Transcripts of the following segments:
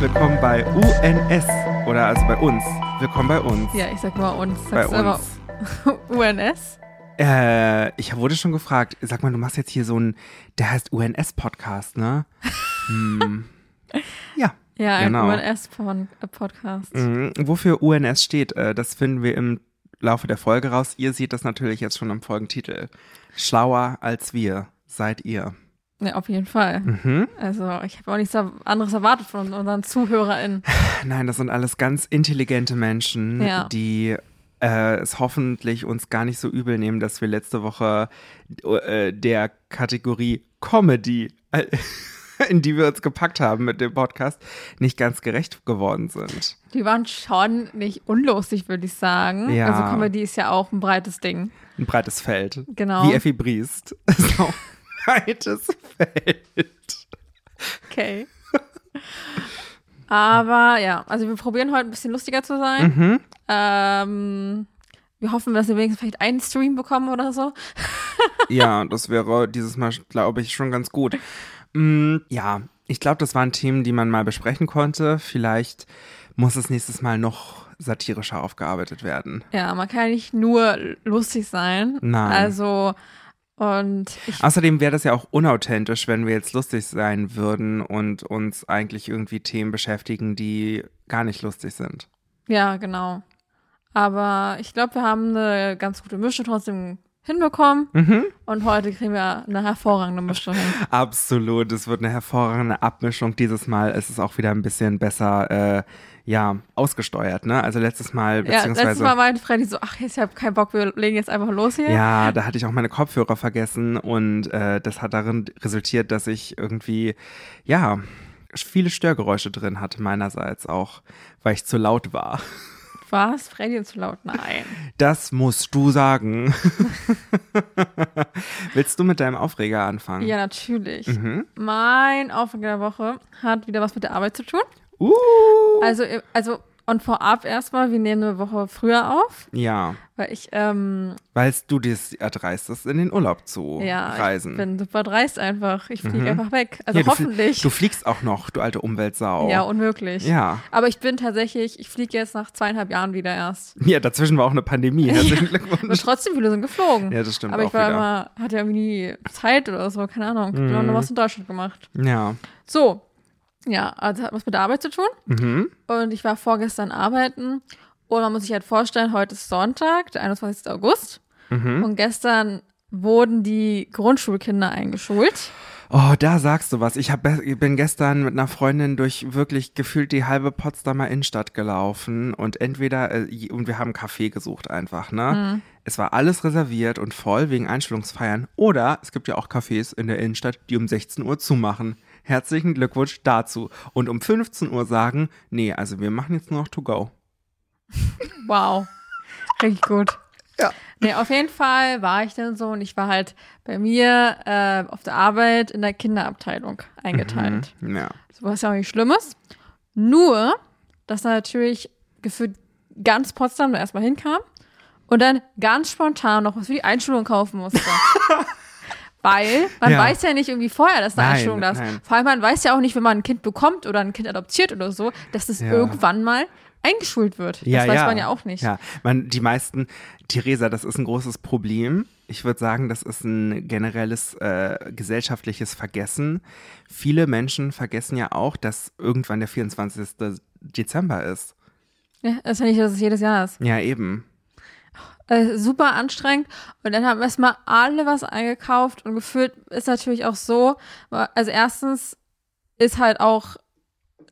willkommen bei UNS oder also bei uns. Willkommen bei uns. Ja, ich sag mal uns. bei Sagst du aber uns. UNS? Äh, ich wurde schon gefragt, sag mal, du machst jetzt hier so einen, der heißt UNS-Podcast, ne? hm. Ja. Ja, ein Genau. äh, UNS-Podcast. Mhm. Wofür UNS steht, äh, das finden wir im Laufe der Folge raus. Ihr seht das natürlich jetzt schon am Folgentitel. Schlauer als wir seid ihr. Ja, auf jeden Fall. Mhm. Also, ich habe auch nichts anderes erwartet von unseren ZuhörerInnen. Nein, das sind alles ganz intelligente Menschen, Ja. die äh, es hoffentlich uns gar nicht so übel nehmen, dass wir letzte Woche äh, der Kategorie Comedy, äh, in die wir uns gepackt haben mit dem Podcast, nicht ganz gerecht geworden sind. Die waren schon nicht unlustig, würde ich sagen. Ja. Also, Comedy ist ja auch ein breites Ding. Ein breites Feld. Genau. Wie Effi Briest. Ist auch ein breites Feld. Okay. Aber ja, also wir probieren heute ein bisschen lustiger zu sein. Mhm. Ähm, wir hoffen, dass wir wenigstens vielleicht einen Stream bekommen oder so. Ja, das wäre dieses Mal, glaube ich, schon ganz gut. Mm, ja, ich glaube, das waren Themen, die man mal besprechen konnte. Vielleicht muss es nächstes Mal noch satirischer aufgearbeitet werden. Ja, man kann ja nicht nur lustig sein. Nein. Also, und ich, Außerdem wäre das ja auch unauthentisch, wenn wir jetzt lustig sein würden und uns eigentlich irgendwie Themen beschäftigen, die gar nicht lustig sind. ja, genau. Aber ich glaube, wir haben eine ganz gute Mischung trotzdem hinbekommen. Mhm. Und heute kriegen wir eine hervorragende Mischung hin. Absolut, es wird eine hervorragende Abmischung. Dieses Mal ist es auch wieder ein bisschen besser, äh, ja, ausgesteuert, ne? Also letztes Mal, Ja, beziehungsweise. letztes Mal meinte Freddy so, ach, jetzt habe ich keinen Bock, wir legen jetzt einfach los hier. Ja, da hatte ich auch meine Kopfhörer vergessen und äh, das hat darin resultiert, dass ich irgendwie, ja, viele Störgeräusche drin hatte meinerseits auch, weil ich zu laut war. War es Freddy zu laut? Nein. Das musst du sagen. Willst du mit deinem Aufreger anfangen? Ja, natürlich. Mhm. Mein Aufreger der Woche hat wieder was mit der Arbeit zu tun. Uh. Also, also und vorab erstmal, wir nehmen eine Woche früher auf, Ja, weil ich ähm, weil du dir äh, es erdreistest, in den Urlaub zu ja, reisen. ich bin super dreist einfach. Ich fliege Mhm. einfach weg. Also ja, du, fl- hoffentlich. Du fliegst auch noch, du alte Umweltsau. ja, unmöglich. ja. Aber ich bin tatsächlich, ich fliege jetzt nach zweieinhalb Jahren wieder erst. ja, dazwischen war auch eine Pandemie. Herzlichen Aber Glückwunsch. trotzdem, viele sind geflogen. Ja, das stimmt Aber auch ich war wieder. immer, hatte irgendwie nie Zeit oder so, keine Ahnung. Ich habe Mhm. noch was in Deutschland gemacht. Ja. So, ja, also hat was mit der Arbeit zu tun. Mhm. Und ich war vorgestern arbeiten. Und man muss sich halt vorstellen, heute ist Sonntag, der 21. August. Mhm. Und gestern wurden die Grundschulkinder eingeschult. Oh, da sagst du was. Ich hab, be- bin gestern mit einer Freundin durch wirklich gefühlt die halbe Potsdamer Innenstadt gelaufen und entweder, äh, je- und wir haben einen Kaffee gesucht einfach, ne? Es war alles reserviert und voll wegen Einstellungsfeiern. Oder es gibt ja auch Cafés in der Innenstadt, die um 16 Uhr zumachen. Herzlichen Glückwunsch dazu. Und um 15 Uhr sagen, nee, also wir machen jetzt nur noch to go. Wow. Richtig gut. Ja. Nee, auf jeden Fall war ich dann so und ich war halt bei mir äh, auf der Arbeit in der Kinderabteilung eingeteilt. Mhm. Ja. So was ja auch nicht Schlimmes. Nur, dass natürlich gefühlt ganz Potsdam da erstmal hinkam und dann ganz spontan noch was für die Einschulung kaufen musste. Weil man Ja. weiß ja nicht irgendwie vorher, dass eine Nein, Einschulung da ist. nein. Vor allem, man weiß ja auch nicht, wenn man ein Kind bekommt oder ein Kind adoptiert oder so, dass es Ja. irgendwann mal eingeschult wird. Das weiß man ja auch nicht. Ja, man, die meisten, Theresa, das ist ein großes Problem. Ich würde sagen, das ist ein generelles äh, gesellschaftliches Vergessen. Viele Menschen vergessen ja auch, dass irgendwann der 24. Dezember ist. Ja, das ist ja nicht, dass es jedes Jahr ist. Ja, eben. Äh, super anstrengend. Und dann haben erstmal alle was eingekauft und gefühlt ist natürlich auch so. Also erstens ist halt auch,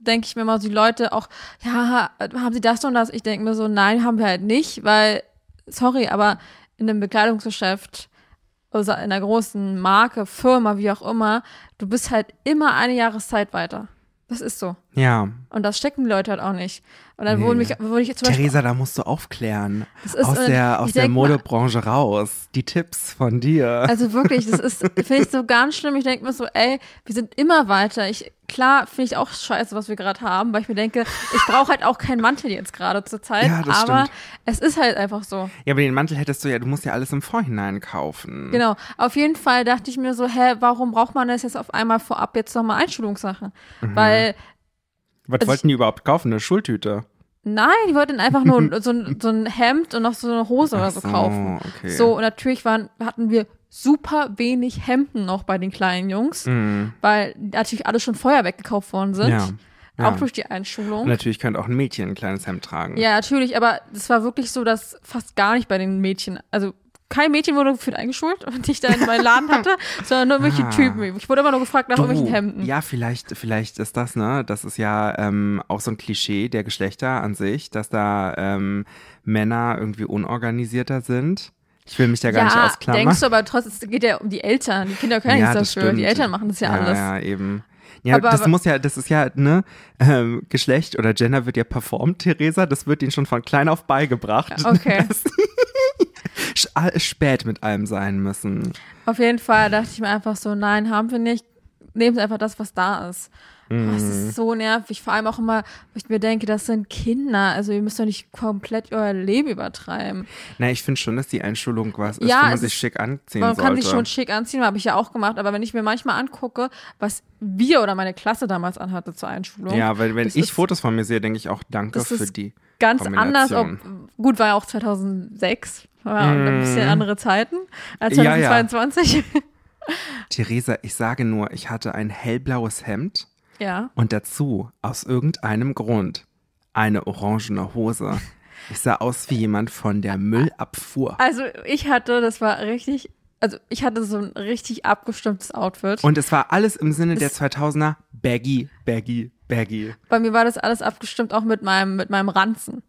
denke ich mir mal, so die Leute auch, ja, haben sie das und das? Ich denke mir so, nein, haben wir halt nicht, weil, sorry, aber in einem Bekleidungsgeschäft also in einer großen Marke, Firma, wie auch immer, du bist halt immer eine Jahreszeit weiter. Das ist so. Ja. Und das stecken die Leute halt auch nicht. Und dann Nee. wurden mich, wurde ich zum Beispiel Theresa, da musst du aufklären. Das ist- aus der, ich aus der denk mal- Modebranche raus. Die Tipps von dir. Also wirklich, das ist, finde ich so ganz schlimm. Ich denke mir so, ey, wir sind immer weiter. Ich, klar, finde ich auch scheiße, was wir gerade haben, weil ich mir denke, ich brauche halt auch keinen Mantel jetzt gerade zur Zeit. Ja, das aber stimmt. es ist halt einfach so. ja, aber den Mantel hättest du ja, du musst ja alles im Vorhinein kaufen. Genau. Auf jeden Fall dachte ich mir Mhm. so, hä, warum braucht man das jetzt auf einmal vorab jetzt nochmal Einschulungssache? Weil Was wollten die überhaupt kaufen? Eine Schultüte? Nein, die wollten einfach nur so, ein- so ein Hemd und noch so eine Hose oder so Ach so, kaufen. okay. So, und natürlich waren, hatten wir super wenig Hemden noch bei den kleinen Jungs, Mhm. weil natürlich alle schon vorher weggekauft worden sind. Ja. ja. Auch durch die Und Einschulung. natürlich könnte auch ein Mädchen ein kleines Hemd tragen. Ja, natürlich, aber es war wirklich so, dass fast gar nicht bei den Mädchen, also kein Mädchen wurde gefühlt eingeschult, und ich da in meinen Laden hatte, sondern nur irgendwelche Ah. Typen. Ich wurde immer nur gefragt nach Du, irgendwelchen Hemden. Ja, vielleicht, vielleicht ist das, ne? Das ist ja ähm, auch so ein Klischee der Geschlechter an sich, dass da ähm, Männer irgendwie unorganisierter sind. Ich will mich da gar nicht ausklammern. denkst du aber trotzdem, es geht ja um die Eltern. Die Kinder können ja, Ja, das nichts dafür. Die stimmt. Eltern machen das ja, ja, alles. ja, eben. Ja, Aber- das aber- muss ja, das ist ja, ne, ähm, Geschlecht oder Gender wird ja performt, Theresa, das wird ihnen schon von klein auf beigebracht. Okay. dass sch- all- spät mit allem sein müssen. Auf jeden Fall dachte ich mir einfach so, nein, haben wir nicht. Nehmt einfach das, was da ist. Mhm. Boah, es ist so nervig. Vor allem auch immer, wo ich mir denke, das sind Kinder. Also ihr müsst doch nicht komplett euer Leben übertreiben. Na, ich finde schon, dass die Einschulung was ist, wo Ja, man es sich ist- schick anziehen Man sollte. kann sich schon schick anziehen, habe ich ja auch gemacht. Aber wenn ich mir manchmal angucke, was wir oder meine Klasse damals anhatte zur Einschulung, Ja, weil wenn Das ich ist- Fotos von mir sehe, denke ich auch danke Das für ist die. ganz anders. Ob, Kombination. Mhm. gut, war ja auch 2006, war ein bisschen andere Zeiten als Ja, ja. 2022. Theresa, ich sage nur, ich hatte ein hellblaues Hemd ja. und dazu aus irgendeinem Grund eine orangene Hose. Ich sah aus wie jemand von der Müllabfuhr. Also ich hatte, das war richtig, also ich hatte so ein richtig abgestimmtes Outfit. Und es war alles im Sinne der 2000er Baggy, Baggy, Baggy. Bei mir war das alles abgestimmt, auch mit meinem, mit meinem Ranzen.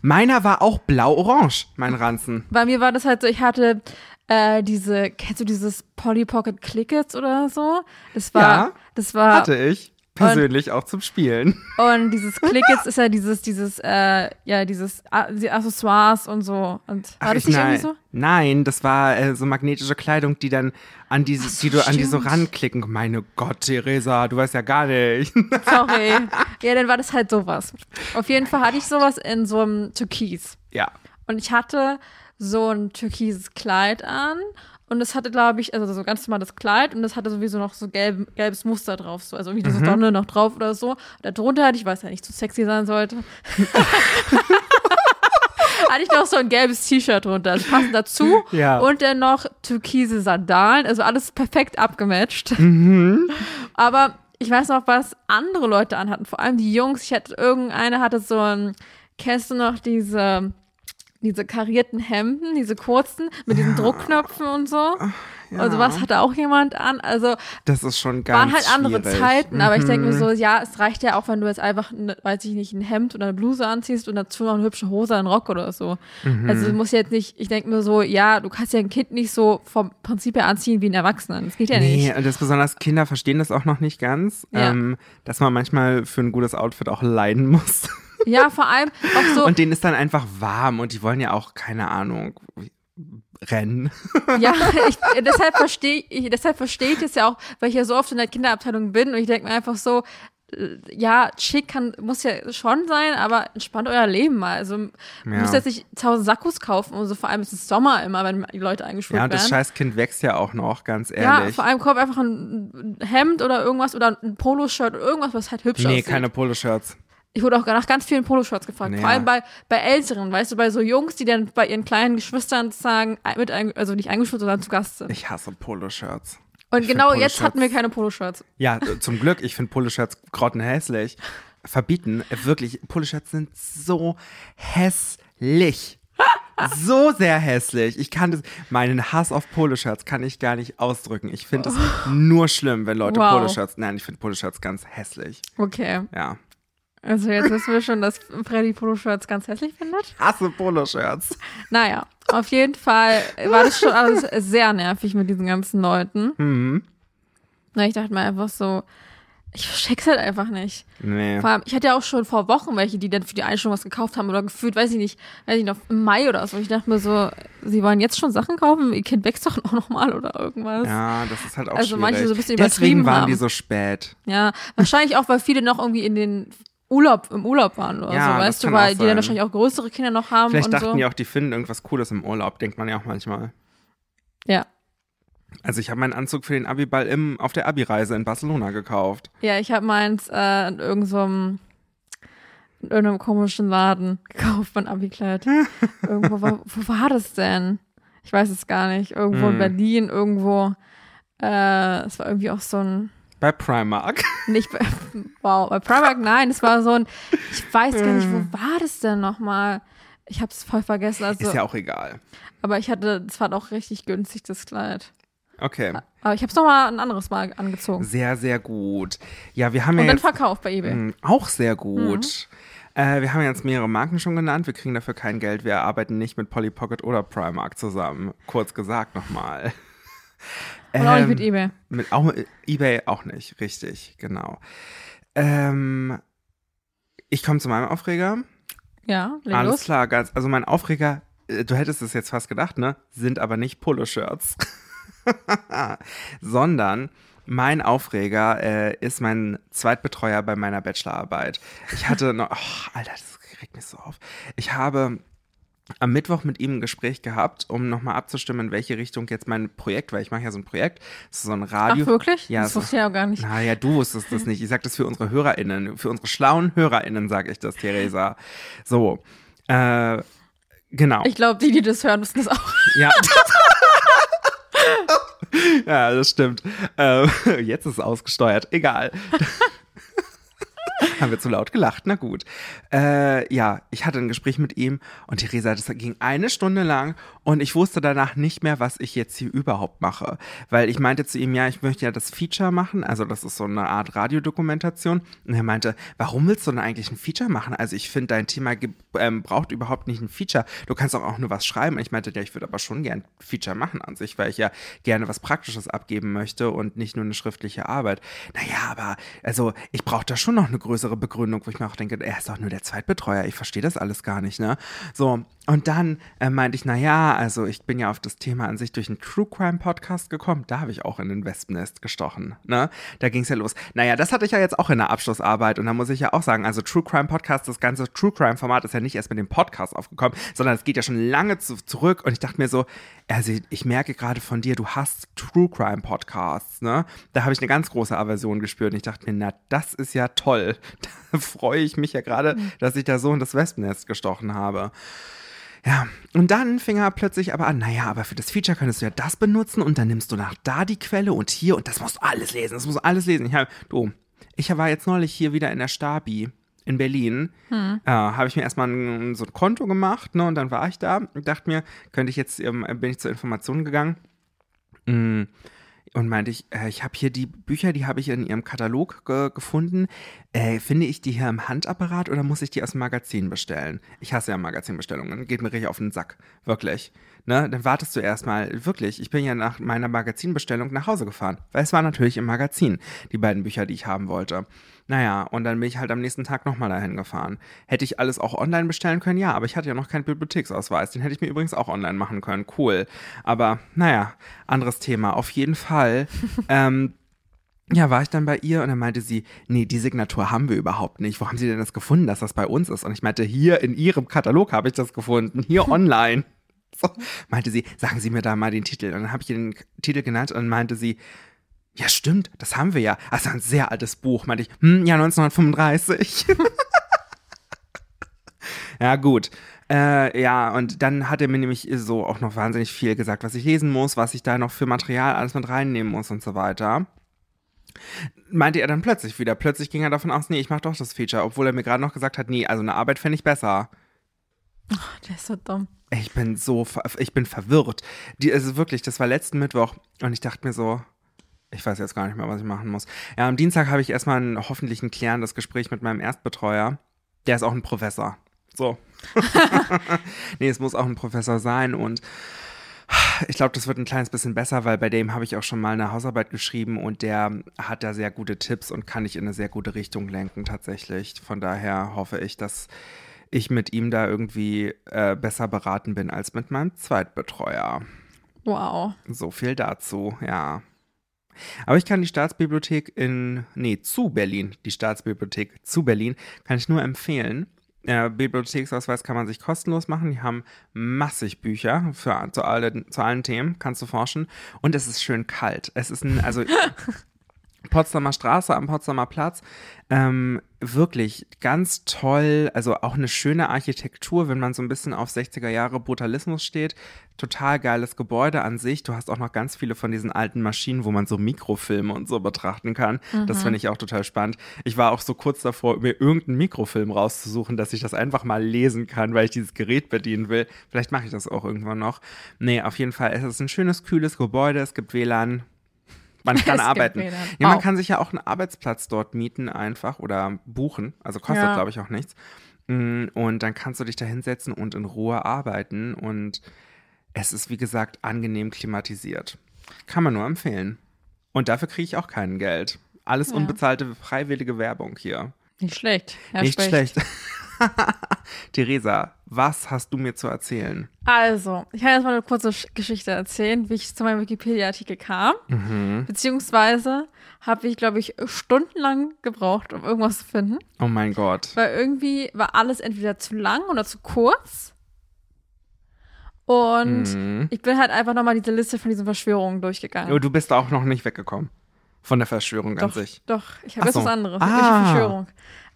Meiner war auch blau-orange, mein Ranzen. Bei mir war das halt so, ich hatte äh, diese, kennst du dieses Polly Pocket Clickets oder so? Das war, Ja, das war, Hatte ich persönlich auch zum Spielen. und dieses Clickets ist ja dieses, dieses, äh, ja, dieses, A- die Accessoires und so. Und war Ach, das ich- nicht nein, irgendwie so? Nein, das war äh, so magnetische Kleidung, die dann an diese, so, die du an die so stimmt. ranklicken. Meine Gott, Theresa, du weißt ja gar nicht. Sorry. ja, dann war das halt sowas. Auf jeden Fall hatte ich sowas in so einem Türkis. ja. Und ich hatte so ein türkises Kleid an. Und es hatte, glaube ich, also so ganz normal das Kleid und es hatte sowieso noch so gelb, gelbes Muster drauf, so, also irgendwie diese Sonne noch drauf oder so. Und darunter hatte ich, weiß ja nicht, zu sexy sein sollte. hatte ich noch so ein gelbes T-Shirt drunter, also passend dazu. Ja. Und dann noch türkise Sandalen, also alles perfekt abgematcht. Aber ich weiß noch, was andere Leute anhatten, vor allem die Jungs. Ich hatte, irgendeine hatte so ein, kennst du noch diese, diese karierten Hemden, diese kurzen, mit diesen Druckknöpfen und so. Also was hatte auch jemand an? Also Das ist schon ganz waren halt andere schwierig. Mhm. Zeiten, aber ich denke mir so, ja, es reicht ja auch, wenn du jetzt einfach, ne, weiß ich nicht, ein Hemd oder eine Bluse anziehst und dazu noch eine hübsche Hose, einen Rock oder so. Mhm. Also du musst jetzt nicht, ich denke mir so, ja, du kannst ja ein Kind nicht so vom Prinzip her anziehen wie einen Erwachsenen. Das geht ja nicht. Nee, und das besonders Kinder verstehen das auch noch nicht ganz, Ja. ähm, dass man manchmal für ein gutes Outfit auch leiden muss. Ja, vor allem auch so, Und denen ist dann einfach warm und die wollen ja auch, keine Ahnung, rennen. ja, ich, deshalb verstehe ich, deshalb verstehe ich es ja auch, weil ich ja so oft in der Kinderabteilung bin und ich denke mir einfach so, äh, ja, schick kann, muss ja schon sein, aber entspannt euer Leben mal. Also, ihr müsst jetzt nicht tausend Sakkos kaufen und so, vor allem ist es Sommer immer, wenn die Leute eingeschult Ja, und werden. das Scheißkind wächst ja auch noch, ganz ja, ehrlich. vor allem kauft einfach ein Hemd oder irgendwas oder ein Poloshirt oder irgendwas, was halt hübsch nee, aussieht. keine Poloshirts. Ich wurde auch nach ganz vielen Poloshirts gefragt. Naja. Vor allem bei, bei Älteren, weißt du, bei so Jungs, die dann bei ihren kleinen Geschwistern sagen, ein- mit, ein- also nicht eingeschult, sondern zu Gast sind. Ich hasse Poloshirts. Und Ich find genau jetzt Poloshirts- hatten wir keine Poloshirts. Ja, äh, zum Glück. Ich finde Poloshirts grottenhässlich. Verbieten. Äh, Wirklich, Poloshirts sind so hässlich. So sehr hässlich. Ich kann das, meinen Hass auf Poloshirts kann ich gar nicht ausdrücken. Ich finde es nur schlimm, wenn Leute Wow. Poloshirts. Nein, ich finde Poloshirts ganz hässlich. Okay. Ja. Also jetzt wissen wir schon, dass Freddy Poloshirts ganz hässlich findet. Hasse Poloshirts. Naja, auf jeden Fall war das schon alles sehr nervig mit diesen ganzen Leuten. Mhm. Na, ich dachte mir einfach so, ich versteck's halt einfach nicht. Nee. Vor allem, ich hatte ja auch schon vor Wochen welche, die dann für die Einstellung was gekauft haben oder gefühlt, weiß ich nicht, weiß ich noch, im Mai oder so. Ich dachte mir so, sie wollen jetzt schon Sachen kaufen, ihr Kind wächst doch auch nochmal oder irgendwas. Ja, das ist halt auch Also schwierig. manche so ein bisschen Deswegen übertrieben waren die haben. so spät. Ja, wahrscheinlich auch, weil viele noch irgendwie in den Urlaub, im Urlaub waren oder Ja, so, das weißt du, kann weil auch die dann sein. wahrscheinlich auch größere Kinder noch haben Vielleicht und dachten so. die auch, die finden irgendwas Cooles im Urlaub, denkt man ja auch manchmal. Ja. Also ich habe meinen Anzug für den Abiball im, auf der Abi-Reise in Barcelona gekauft. Ja, ich habe meins äh, in irgendeinem in irgendeinem komischen Laden gekauft, mein Abi-Kleid. Irgendwo, war, wo war das denn? Ich weiß es gar nicht. Irgendwo in Hm. Berlin, irgendwo. Äh, es war irgendwie auch so ein Bei Primark. Nicht bei, wow, bei Primark, nein, es war so ein, ich weiß gar nicht, wo war das denn nochmal? Ich habe es voll vergessen, also, Hm. Ist ja auch egal. aber ich hatte, es war auch richtig günstig, das Kleid. Okay. Aber ich habe es nochmal ein anderes Mal angezogen Sehr, sehr gut. Ja, wir haben oh. und ja dann Mhm. jetzt verkauft bei Ebay. Mm, Auch sehr gut. Äh, wir haben jetzt mehrere Marken schon genannt. Wir kriegen dafür kein Geld. Wir arbeiten nicht mit Polly Pocket oder Primark zusammen. Kurz gesagt nochmal. Ähm, Und auch nicht mit Ebay. Mit auch, eBay auch nicht, richtig, genau. Ähm, ich komme zu meinem Aufreger. Ja, leg Alles los. klar, ganz, also mein Aufreger, äh, du hättest es jetzt fast gedacht, ne? Sind aber nicht Poloshirts. Sondern mein Aufreger äh, ist mein Zweitbetreuer bei meiner Bachelorarbeit. Ich hatte noch, oh, Alter, das regt mich so auf. Ich habe am Mittwoch mit ihm ein Gespräch gehabt, um nochmal abzustimmen, in welche Richtung jetzt mein Projekt, weil ich mache ja so ein Projekt, das ist so ein Ach, Radio. wirklich? Ja, das so, wusste ich ja auch gar nicht. naja, du wusstest das nicht. Ich sag das für unsere HörerInnen, für unsere schlauen HörerInnen sage ich das, Theresa. So. Äh, genau. Ich glaube, die, die das hören, wissen das auch. ja. ja, das stimmt. Ähm, jetzt ist es ausgesteuert. Egal. Haben wir zu laut gelacht, na gut. Äh, ja, ich hatte ein Gespräch mit ihm und Theresa, das ging eine Stunde lang und ich wusste danach nicht mehr, was ich jetzt hier überhaupt mache. Weil ich meinte zu ihm, ja, ich möchte ja das Feature machen, also das ist so eine Art Radiodokumentation. Und er meinte, warum willst du denn eigentlich ein Feature machen? Also ich finde, dein Thema ge- ähm, braucht überhaupt nicht ein Feature. Du kannst auch, auch nur was schreiben. Und ich meinte, ja, ich würde aber schon gern ein Feature machen an sich, weil ich ja gerne was Praktisches abgeben möchte und nicht nur eine schriftliche Arbeit. Naja, aber also ich brauche da schon noch eine größere Begründung, wo ich mir auch denke, er ist doch nur der Zweitbetreuer, ich verstehe das alles gar nicht, ne? So, und dann äh, meinte ich, naja, also ich bin ja auf das Thema an sich durch einen True Crime Podcast gekommen, da habe ich auch in den Wespennest gestochen, ne? Da ging es ja los. Naja, das hatte ich ja jetzt auch in der Abschlussarbeit und da muss ich ja auch sagen, also True Crime Podcast, das ganze True Crime Format ist ja nicht erst mit dem Podcast aufgekommen, sondern es geht ja schon lange zu, zurück und ich dachte mir so, also ich merke gerade von dir, du hast True Crime Podcasts, ne? Da habe ich eine ganz große Aversion gespürt und ich dachte mir, na, das ist ja toll. Da freue ich mich ja gerade, dass ich da so in das Wespennest gestochen habe. Ja, und dann fing er plötzlich aber an, naja, aber für das Feature könntest du ja das benutzen und dann nimmst du nach da die Quelle und hier und das musst du alles lesen, das musst du alles lesen. Ich hab, du, ich war jetzt neulich hier wieder in der Stabi in Berlin, äh, habe ich mir erstmal ein, so ein Konto gemacht, ne, und dann war ich da und dachte mir, könnte ich jetzt, ähm, bin ich zur Information gegangen, Mm. Und meinte ich, äh, ich habe hier die Bücher, die habe ich in ihrem Katalog ge gefunden. Äh, finde ich die hier im Handapparat oder muss ich die aus dem Magazin bestellen? Ich hasse ja Magazinbestellungen, geht mir richtig auf den Sack, wirklich. Ne? Dann wartest du erstmal, wirklich. Ich bin ja nach meiner Magazinbestellung nach Hause gefahren, weil es war natürlich im Magazin, die beiden Bücher, die ich haben wollte. Naja, und dann bin ich halt am nächsten Tag nochmal dahin gefahren. Hätte ich alles auch online bestellen können? Ja, aber ich hatte ja noch keinen Bibliotheksausweis. Den hätte ich mir übrigens auch online machen können. Cool. Aber naja, anderes Thema. Auf jeden Fall. ähm, ja, war ich dann bei ihr und dann meinte sie, nee, die Signatur haben wir überhaupt nicht. Wo haben Sie denn das gefunden, dass das bei uns ist? Und ich meinte, hier in Ihrem Katalog habe ich das gefunden, hier online. So, meinte sie, sagen Sie mir da mal den Titel. Und dann habe ich ihr den Titel genannt und meinte sie, ja, stimmt, das haben wir ja. Also ein sehr altes Buch, meinte ich. Hm, ja, 1935. ja, gut. Äh, ja, und dann hat er mir nämlich so auch noch wahnsinnig viel gesagt, was ich lesen muss, was ich da noch für Material alles mit reinnehmen muss und so weiter. Meinte er dann plötzlich wieder. Plötzlich ging er davon aus, nee, ich mache doch das Feature, obwohl er mir gerade noch gesagt hat, nee, also eine Arbeit fände ich besser. Ach, der ist so dumm. Ich bin so, ver ich bin verwirrt. Die, also wirklich, das war letzten Mittwoch und ich dachte mir so, ich weiß jetzt gar nicht mehr, was ich machen muss. Ja, am Dienstag habe ich erstmal ein, hoffentlich ein klärendes Gespräch mit meinem Erstbetreuer. Der ist auch ein Professor. So. nee, es muss auch ein Professor sein und ich glaube, das wird ein kleines bisschen besser, weil bei dem habe ich auch schon mal eine Hausarbeit geschrieben und der hat da sehr gute Tipps und kann ich in eine sehr gute Richtung lenken tatsächlich. Von daher hoffe ich, dass ich mit ihm da irgendwie äh, besser beraten bin als mit meinem Zweitbetreuer. Wow. So viel dazu, ja. Aber ich kann die Staatsbibliothek in, nee, zu Berlin, die Staatsbibliothek zu Berlin, kann ich nur empfehlen. äh, Bibliotheksausweis kann man sich kostenlos machen. Die haben massig Bücher für, zu, alle, zu allen Themen, kannst du forschen. Und es ist schön kalt. Es ist ein, also Potsdamer Straße am Potsdamer Platz. Ähm, wirklich ganz toll, also auch eine schöne Architektur, wenn man so ein bisschen auf 60er Jahre Brutalismus steht. Total geiles Gebäude an sich. Du hast auch noch ganz viele von diesen alten Maschinen, wo man so Mikrofilme und so betrachten kann. Mhm. Das finde ich auch total spannend. Ich war auch so kurz davor, mir irgendeinen Mikrofilm rauszusuchen, dass ich das einfach mal lesen kann, weil ich dieses Gerät bedienen will. Vielleicht mache ich das auch irgendwann noch. Nee, auf jeden Fall. Es ist ein schönes, kühles Gebäude. Es gibt WLAN. Man kann es arbeiten. Ja, man wow. kann sich ja auch einen Arbeitsplatz dort mieten einfach oder buchen. Also kostet, ja. glaube ich, auch nichts. Mm, Und dann kannst du dich da hinsetzen und in Ruhe arbeiten. Und es ist, wie gesagt, angenehm klimatisiert. Kann man nur empfehlen. Und dafür kriege ich auch kein Geld. Alles ja. unbezahlte, freiwillige Werbung hier. Nicht schlecht. Herr Nicht Specht. schlecht. Theresa, was hast du mir zu erzählen? Also, ich kann jetzt mal eine kurze Geschichte erzählen, wie ich zu meinem Wikipedia-Artikel kam. Mhm. Beziehungsweise habe ich, glaube ich, stundenlang gebraucht, um irgendwas zu finden. Oh mein Gott. Weil irgendwie war alles entweder zu lang oder zu kurz. Und mhm. Oh, ich bin halt einfach nochmal diese Liste von diesen Verschwörungen durchgegangen. Mm. Aber du bist auch noch nicht weggekommen. Von der Verschwörung doch, an sich. Doch, ich habe jetzt so. was anderes. Ah. Ich Verschwörung.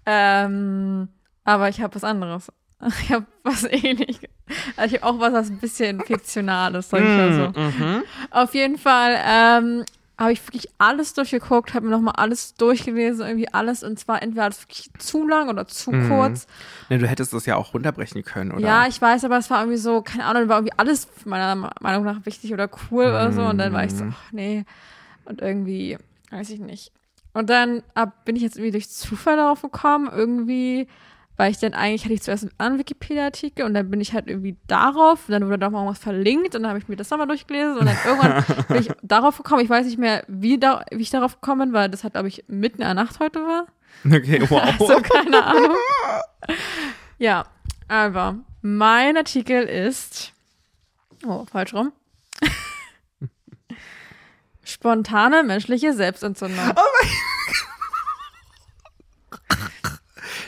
Ähm, aber ich habe was anderes. Ich habe was ähnliches. Also ich habe auch was, was ein bisschen fiktionales, sag ich Mm. mal so. Mhm. Auf jeden Fall ähm, habe ich wirklich alles durchgeguckt, habe mir nochmal alles durchgelesen, irgendwie alles. Und zwar entweder alles wirklich zu lang oder zu mhm. kurz. Nee, du hättest das ja auch runterbrechen können, oder? Ja, ich weiß, aber es war irgendwie so, keine Ahnung, war irgendwie alles meiner Meinung nach wichtig oder cool mhm. oder so. Und dann war ich so, ach nee. Und irgendwie, weiß ich nicht. Und dann ab, bin ich jetzt irgendwie durch Zufall darauf gekommen, irgendwie weil ich dann eigentlich hatte ich zuerst einen Wikipedia-Artikel und dann bin ich halt irgendwie darauf und dann wurde da mal was verlinkt und dann habe ich mir das nochmal durchgelesen und dann irgendwann bin ich darauf gekommen. Ich weiß nicht mehr, wie, da, wie ich darauf gekommen bin, weil das halt, glaube ich, mitten in der Nacht heute war. Okay, wow. also, keine Ahnung. ja, aber mein Artikel ist. Oh, falsch rum. Spontane menschliche Selbstentzündung. Oh mein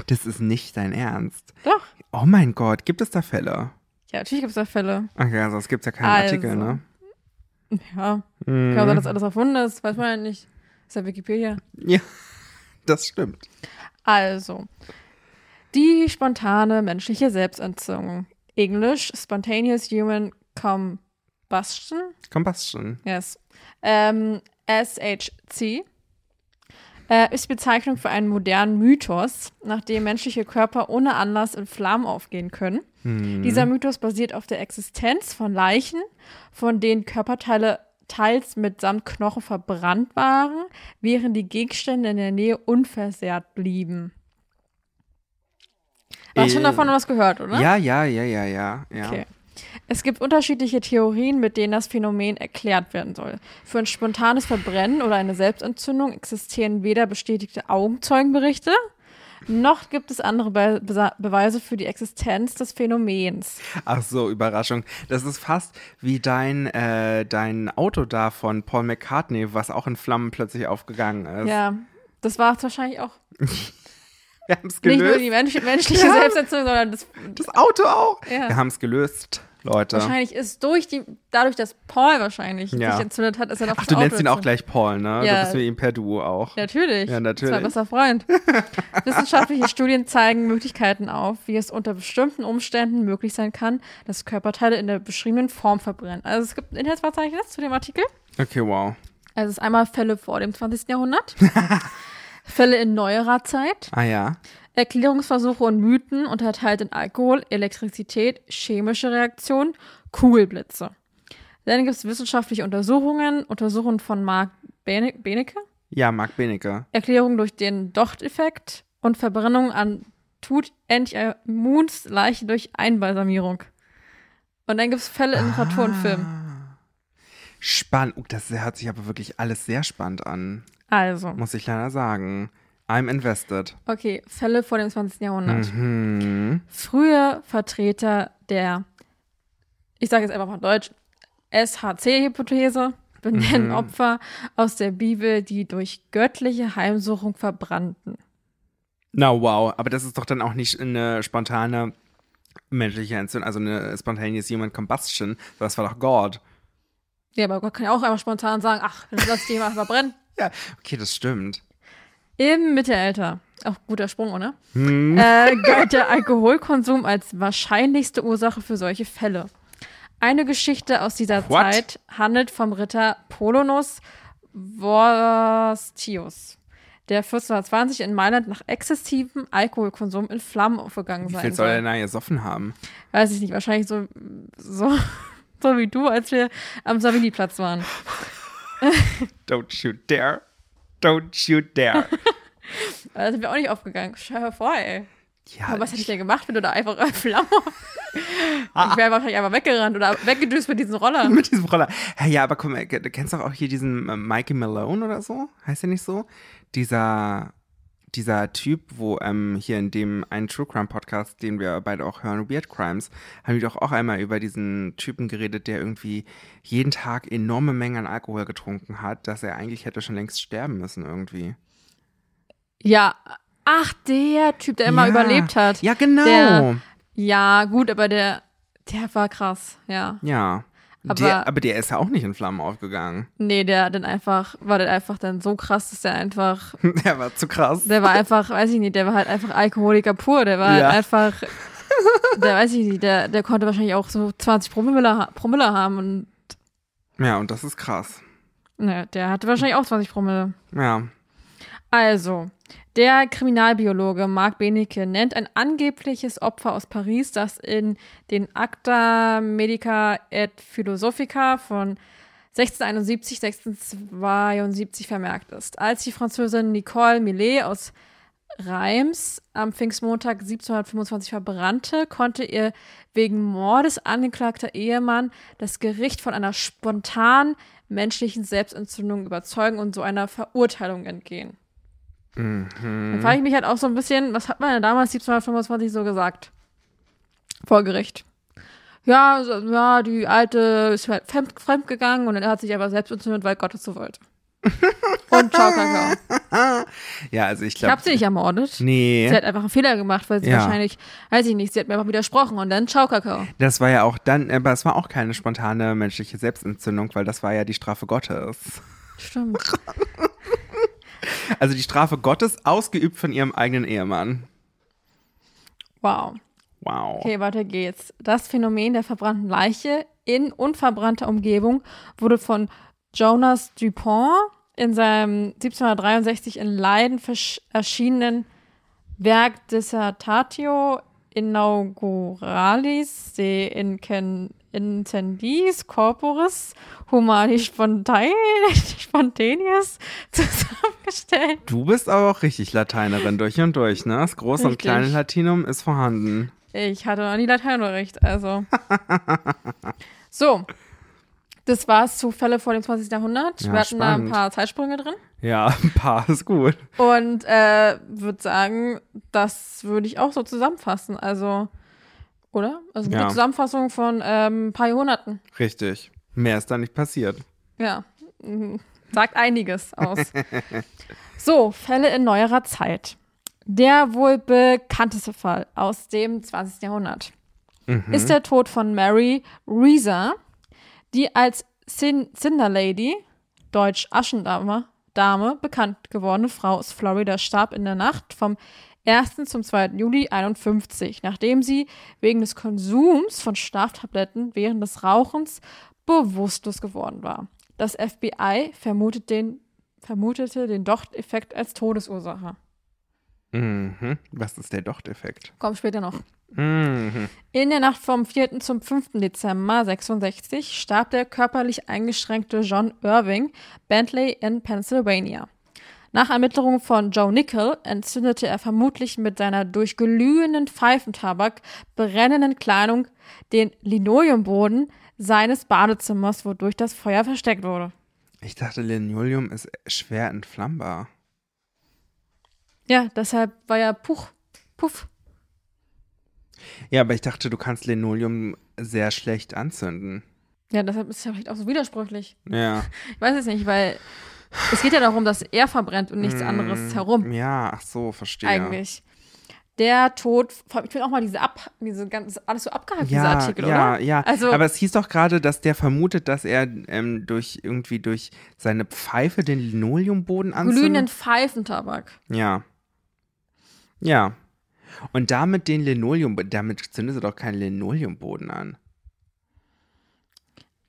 Das ist nicht dein Ernst. Doch. Oh mein Gott, gibt es da Fälle? Ja, natürlich gibt es da Fälle. Okay, also es gibt ja keinen also, Artikel, ne? Ja. Mhm. Ich glaube, dass alles erfunden ist, weiß man ja nicht. Ist ja Wikipedia. Ja, das stimmt. Also, die spontane menschliche Selbstentzündung. Englisch, Spontaneous Human Combustion. Combustion. Yes. Ähm, SHC Äh, ist Bezeichnung für einen modernen Mythos, nach dem menschliche Körper ohne Anlass in Flammen aufgehen können. Mhm. Dieser Mythos basiert auf der Existenz von Leichen, von denen Körperteile teils mitsamt Knochen verbrannt waren, während die Gegenstände in der Nähe unversehrt blieben. Du hast äh, schon davon was gehört, oder? Ja, ja, ja, ja, ja. Okay. Es gibt unterschiedliche Theorien, mit denen das Phänomen erklärt werden soll. Für ein spontanes Verbrennen oder eine Selbstentzündung existieren weder bestätigte Augenzeugenberichte, noch gibt es andere Be Be Beweise für die Existenz des Phänomens. Ach so, Überraschung. Das ist fast wie dein, äh, dein Auto da von Paul McCartney, was auch in Flammen plötzlich aufgegangen ist. Ja, das war es wahrscheinlich auch. Wir haben es gelöst. Nicht nur die mensch menschliche ja. Selbstsetzung, sondern das, das Auto auch. Ja. Wir haben es gelöst, Leute. Wahrscheinlich ist durch die, dadurch, dass Paul wahrscheinlich ja. sich entzündet hat, ist er doch Ach, du Auto nennst ihn auch gleich Paul, ne? Ja. Du bist mit ihm per Duo auch. Natürlich. Ja, natürlich. Das ist mein bester Freund. Wissenschaftliche Studien zeigen Möglichkeiten auf, wie es unter bestimmten Umständen möglich sein kann, dass Körperteile in der beschriebenen Form verbrennen. Also es gibt ein Inhaltsverzeichnis zu dem Artikel. Okay, wow. Also es ist einmal Fälle vor dem 20. Jahrhundert. Fälle in neuerer Zeit. Ah ja. Erklärungsversuche und Mythen unterteilt in Alkohol, Elektrizität, chemische Reaktionen, Kugelblitze. Dann gibt es wissenschaftliche Untersuchungen, Untersuchungen von Mark Bene Benecke. Ja, Mark Benecke. Erklärung durch den Docht-Effekt und Verbrennung an tut Moons Leiche durch Einbalsamierung. Und dann gibt es Fälle in Literatur und Film. Spannend. Uh, Ah. das hört sich aber wirklich alles sehr spannend an. Also. Muss ich leider sagen. I'm invested. Okay, Fälle vor dem 20. Hm. Jahrhundert. Mhm. Frühe Vertreter der, ich sage jetzt einfach mal Deutsch, SHC-Hypothese benennen mhm. Opfer aus der Bibel, die durch göttliche Heimsuchung verbrannten. Na wow, aber das ist doch dann auch nicht eine spontane menschliche Entzündung, also eine spontaneous human combustion. Das war doch Gott. Ja, aber Gott kann ja auch einfach spontan sagen, ach, dann lass die mal verbrennen. Ja, okay, das stimmt. Im Mittelalter, auch guter Sprung, oder? Hm. Äh, galt der Alkoholkonsum als wahrscheinlichste Ursache für solche Fälle. Eine Geschichte aus dieser What? Zeit handelt vom Ritter Polonus Vorstius, der 1420 in Mailand nach exzessivem Alkoholkonsum in Flammen aufgegangen Wie sein viel soll er denn da gesoffen haben? Weiß ich nicht, wahrscheinlich so, so, so wie du, als wir am Savini-Platz waren. Don't you dare. Don't you dare. Aber Da sind wir auch nicht aufgegangen. Schau hervor, ey. ja, Aber was hätte ich denn gemacht, wenn du da einfach äh, Flamme auf... Ich wäre wahrscheinlich einfach weggerannt oder weggedüst mit diesen Rollern. mit diesem Roller. Hey, ja, aber guck mal, du kennst doch auch hier diesen äh, Mikey Malone oder so? Heißt der nicht so? Dieser, dieser Typ, wo ähm, hier in dem einen True Crime Podcast, den wir beide auch hören, Weird Crimes, haben die doch auch einmal über diesen Typen geredet, der irgendwie jeden Tag enorme Mengen an Alkohol getrunken hat, dass er eigentlich hätte schon längst sterben müssen irgendwie. Ja. Ach, der Typ, der immer Ja. überlebt hat. Ja, genau. Der- Ja, gut, aber der, der war krass, ja. ja. Aber- Aber der, aber der ist ja auch nicht in Flammen aufgegangen. Nee, der hat dann einfach, war dann einfach dann so krass, dass der einfach, der war zu krass. der war einfach, weiß ich nicht, der war halt einfach Alkoholiker pur, der war Ja. halt einfach, der weiß ich nicht, der, der konnte wahrscheinlich auch so 20 Promille, ha- Promille haben und, Ja, und das ist krass. ne, der hatte wahrscheinlich auch 20 Promille. Ja. Also, der Kriminalbiologe Marc Benecke nennt ein angebliches Opfer aus Paris, das in den Acta Medica et Philosophica von 1671, 1672 vermerkt ist. Als die Französin Nicole Millet aus Reims am Pfingstmontag 1725 verbrannte, konnte ihr wegen Mordes angeklagter Ehemann das Gericht von einer spontanen menschlichen Selbstentzündung überzeugen und so einer Verurteilung entgehen. Mhm. Dann frage ich mich halt auch so ein bisschen, was hat man denn damals 1725 so gesagt? Vor Gericht. Ja, so, ja, die alte ist halt fremd, fremdgegangen und dann hat sich aber selbst entzündet, weil Gott es so wollte. Und ciao, Kakao. Ja, also ich Ich glaube. hab sie nicht ermordet. Sie Nee, hat einfach einen Fehler gemacht, weil sie Ja. wahrscheinlich, weiß ich nicht, sie hat mir einfach widersprochen und dann ciao, Kakao. das war ja auch dann, aber es war auch keine spontane menschliche Selbstentzündung, weil das war ja die Strafe Gottes. Stimmt. Also die Strafe Gottes ausgeübt von ihrem eigenen Ehemann. Wow. Wow. Okay, weiter geht's. Das Phänomen der verbrannten Leiche in unverbrannter Umgebung wurde von Jonas Dupont in seinem 1763 in Leiden versch- erschienenen Werk Dissertatio Inauguralis de Incen- Incendiis Corporis Humani Spontae- Spontaneous zusammengestellt. Du bist aber auch richtig Lateinerin durch und durch, ne? Das große und Richtig. kleine Latinum ist vorhanden. Ich hatte noch nie Lateinunterricht, also. so. Das war's zu Fälle vor dem 20. Jahrhundert. Ja, Wir hatten da ein spannend. paar Zeitsprünge drin. Ja, ein paar ist gut. Und äh, würde sagen, das würde ich auch so zusammenfassen. Also, oder? Also eine Ja. Zusammenfassung von ähm, ein paar Jahrhunderten. Richtig. Mehr ist da nicht passiert. Ja. Mhm. Sagt einiges aus. so, Fälle in neuerer Zeit. Der wohl bekannteste Fall aus dem 20. Jahrhundert. ist der Tod von Mary Reesa, die als Cin Cinder Lady, deutsch Aschendame, Dame, bekannt gewordene Frau aus Florida starb in der Nacht vom 1. zum 2. Juli 51, nachdem sie wegen des Konsums von Schlaftabletten während des Rauchens bewusstlos geworden war. Das FBI vermutet den, vermutete den Dochteffekt als Todesursache. Mhm. Was ist der Dochteffekt? Kommt später noch. Mhm. In der Nacht vom 4. zum 5. Dezember 66 starb der körperlich eingeschränkte John Irving Bentley in Pennsylvania. Nach Ermittlungen von Joe Nickel entzündete er vermutlich mit seiner durch glühenden Pfeifentabak brennenden Kleidung den Linoleumboden seines Badezimmers, wodurch das Feuer versteckt wurde. Ich dachte, Linoleum ist schwer entflammbar. Ja, deshalb war ja Puch, Puff. Ja, aber ich dachte, du kannst Linoleum sehr schlecht anzünden. Ja, deshalb ist es ja vielleicht auch so widersprüchlich. Ja. Ich weiß es nicht, weil Es geht ja darum, dass er verbrennt und nichts anderes herum, Hm, Ja, ach so, verstehe. eigentlich. Der Tod, ich finde auch mal diese ab, diese ganz, alles so abgehackt, Ja, dieser Artikel, ja, oder? ja. Also, Aber es hieß doch gerade, dass der vermutet, dass er ähm, durch irgendwie durch seine Pfeife den Linoleumboden glühenden anzündet. Pfeifentabak. Ja. Ja. Und damit den Linoleum, damit zündest du doch keinen Linoleumboden an.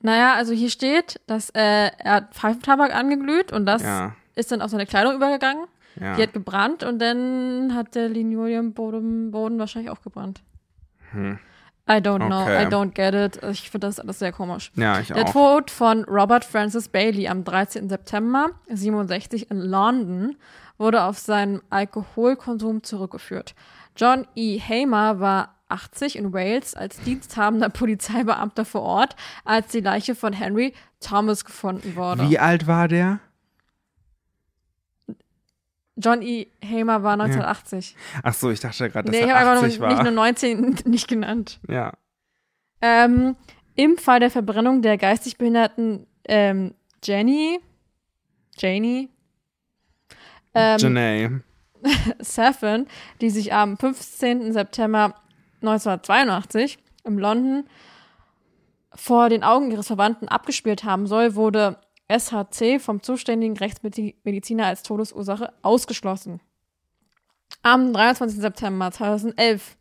Naja, also hier steht, dass äh, er hat Pfeifentabak angeglüht und das Ja, ist dann auf seine Kleidung übergegangen. ja. Die hat gebrannt und dann hat der Linoleumboden Boden wahrscheinlich auch gebrannt. Hm. I don't know, Okay. I don't get it. Ich finde das alles sehr komisch. ja, ich Der auch. Tod von Robert Francis Bailey am 13. September 67 in London wurde auf seinen Alkoholkonsum zurückgeführt. John E. Hamer war 80 in Wales als diensthabender Polizeibeamter vor Ort, als die Leiche von Henry Thomas gefunden wurde. Wie alt war der? John E. Hamer war 1980. Ach so, ich dachte gerade, dass nee, ich habe er einfach 80 nur, nicht war. nur 19 nicht genannt. ja. Ähm, Im Fall der Verbrennung der geistig behinderten ähm, Jenny, Janie, ähm, Janae. Safin, die sich am 15. September 1982 in London vor den Augen ihres Verwandten abgespielt haben soll, wurde SHC vom zuständigen Rechtsmediziner als Todesursache ausgeschlossen. Am 23. September 2011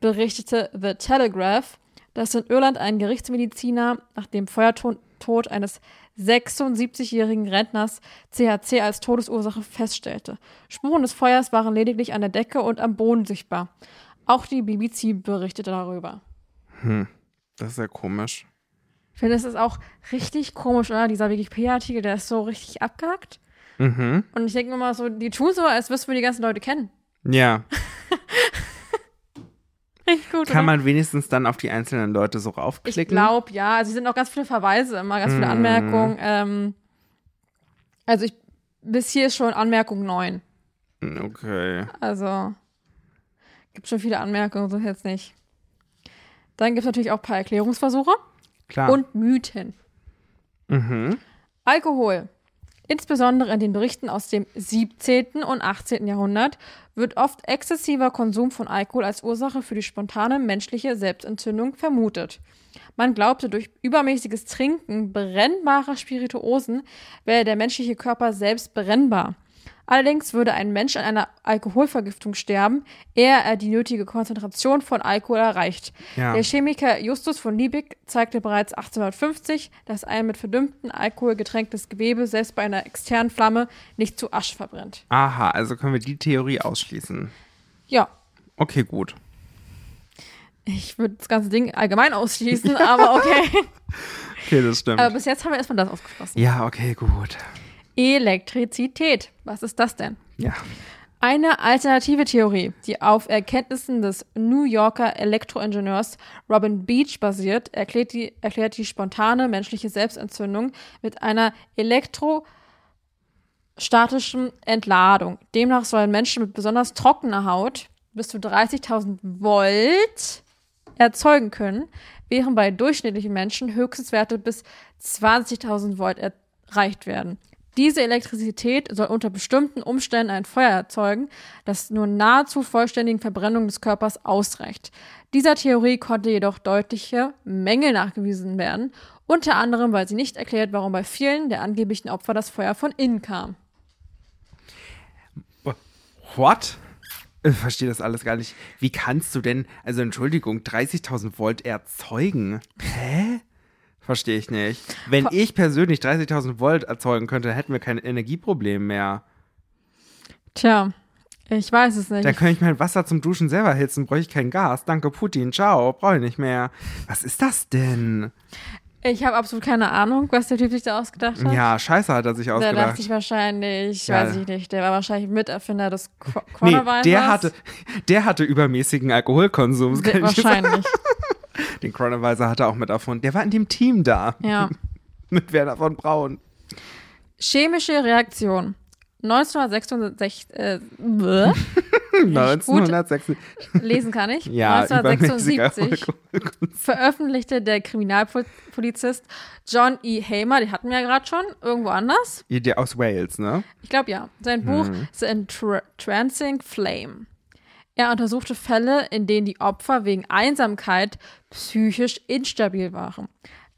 berichtete The Telegraph, dass in Irland ein Gerichtsmediziner nach dem Feuertod Tod eines 76-jährigen Rentners CHC als Todesursache feststellte. Spuren des Feuers waren lediglich an der Decke und am Boden sichtbar. Auch die BBC berichtete darüber. Das ist ja komisch. Ich finde, es ist auch richtig komisch, oder? Dieser Wikipedia-Artikel, der ist so richtig abgehackt. Mhm. Und ich denke mir mal so, die tun so, als wüssten wir die ganzen Leute kennen. Ja. Richtig gut, Kann oder? man wenigstens dann auf die einzelnen Leute so raufklicken? Ich glaube, ja. Also, es sind auch ganz viele Verweise immer, ganz viele Mm. Anmerkungen. Ähm, also, ich, bis hier ist schon Anmerkung 9. Hm, Okay. Also, gibt schon viele Anmerkungen, so ist jetzt nicht. Dann gibt es natürlich auch ein paar Erklärungsversuche Klar. und Mythen. mhm. Alkohol. Insbesondere in den Berichten aus dem 17. und 18. Jahrhundert wird oft exzessiver Konsum von Alkohol als Ursache für die spontane menschliche Selbstentzündung vermutet. Man glaubte, durch übermäßiges Trinken brennbarer Spirituosen wäre der menschliche Körper selbst brennbar. Allerdings würde ein Mensch an einer Alkoholvergiftung sterben, ehe er die nötige Konzentration von Alkohol erreicht. Ja. Der Chemiker Justus von Liebig zeigte bereits 1850, dass ein mit verdünnten Alkohol getränktes Gewebe selbst bei einer externen Flamme nicht zu Asche verbrennt. Aha, also können wir die Theorie ausschließen. Ja, Okay, gut. ich würde das ganze Ding allgemein ausschließen, aber okay. Okay, das stimmt. Aber bis jetzt haben wir erstmal das ausgeschlossen. ja, okay, gut. Elektrizität. Was ist das denn? Ja. Eine alternative Theorie, die auf Erkenntnissen des New Yorker Elektroingenieurs Robin Beach basiert, erklärt die, erklärt die spontane menschliche Selbstentzündung mit einer elektrostatischen Entladung. Demnach sollen Menschen mit besonders trockener Haut bis zu 30.000 Volt erzeugen können, während bei durchschnittlichen Menschen Höchstwerte bis 20.000 Volt erreicht werden. Diese Elektrizität soll unter bestimmten Umständen ein Feuer erzeugen, das nur nahezu vollständigen Verbrennung des Körpers ausreicht. Dieser Theorie konnte jedoch deutliche Mängel nachgewiesen werden, unter anderem, weil sie nicht erklärt, warum bei vielen der angeblichen Opfer das Feuer von innen kam. What? Ich verstehe das alles gar nicht. Wie kannst du denn, also Entschuldigung, 30.000 Volt erzeugen? Hä? Verstehe ich nicht. Wenn ich persönlich 30.000 Volt erzeugen könnte, hätten wir kein Energieproblem mehr. Tja, ich weiß es nicht. Da könnte ich mein Wasser zum Duschen selber hitzen, bräuchte ich kein Gas. Danke, Putin. Ciao, brauche ich nicht mehr. Was ist das denn? Ich habe absolut keine Ahnung, was der Typ sich da ausgedacht hat. Ja, scheiße hat er sich Der ausgedacht. dachte ich wahrscheinlich, Ja. weiß ich nicht, der war wahrscheinlich Miterfinder des Qu- Nee, Coronavirus. der hatte, der hatte übermäßigen Alkoholkonsum. das Der, kann ich dir sagen. wahrscheinlich, Den Coronavisor hat er auch mit erfunden. Der war in dem Team da. ja. Mit Werner von Braun. Chemische Reaktion. 1966, äh, bäh. 1976. Lesen kann ich. Ja, über 1976 Mexiko. veröffentlichte der Kriminalpolizist John E. Hamer, die hatten wir ja gerade schon, irgendwo anders. Idee aus Wales, ne? Ich glaube ja. Sein Buch Mhm. The Entrancing Flame. Er untersuchte Fälle, in denen die Opfer wegen Einsamkeit psychisch instabil waren.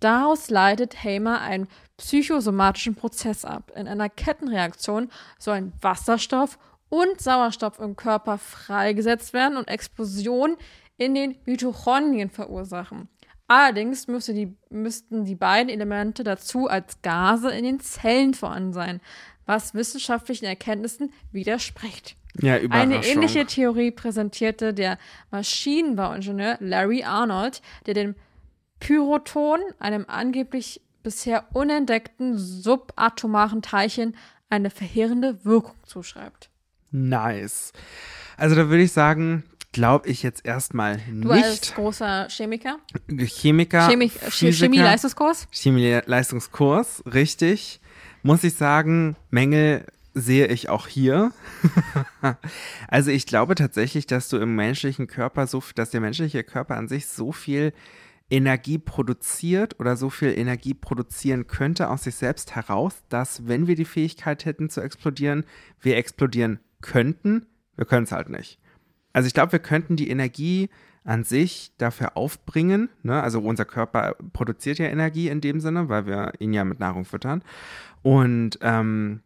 Daraus leitet Hamer einen psychosomatischen Prozess ab. In einer Kettenreaktion sollen Wasserstoff und Sauerstoff im Körper freigesetzt werden und Explosionen in den Mitochondrien verursachen. Allerdings müsste die, müssten die beiden Elemente dazu als Gase in den Zellen vorhanden sein, was wissenschaftlichen Erkenntnissen widerspricht. Ja, Überraschung. Eine ähnliche Theorie präsentierte der Maschinenbauingenieur Larry Arnold, der den Pyroton, einem angeblich bisher unentdeckten subatomaren Teilchen, eine verheerende Wirkung zuschreibt. Nice. Also da würde ich sagen, glaube ich jetzt erstmal Du als nicht. großer Chemiker, Chemiker, Chemik Ch- Physiker, Chemie-Leistungskurs, Chemieleistungskurs, richtig. Muss ich sagen, Mängel sehe ich auch hier. also ich glaube tatsächlich, dass du im menschlichen Körper so, f- dass der menschliche Körper an sich so viel Energie produziert oder so viel Energie produzieren könnte aus sich selbst heraus, dass wenn wir die Fähigkeit hätten zu explodieren, wir explodieren könnten. Wir können es halt nicht. Also ich glaube, wir könnten die Energie an sich dafür aufbringen. Ne? Also unser Körper produziert ja Energie in dem Sinne, weil wir ihn ja mit Nahrung füttern. Und ähm,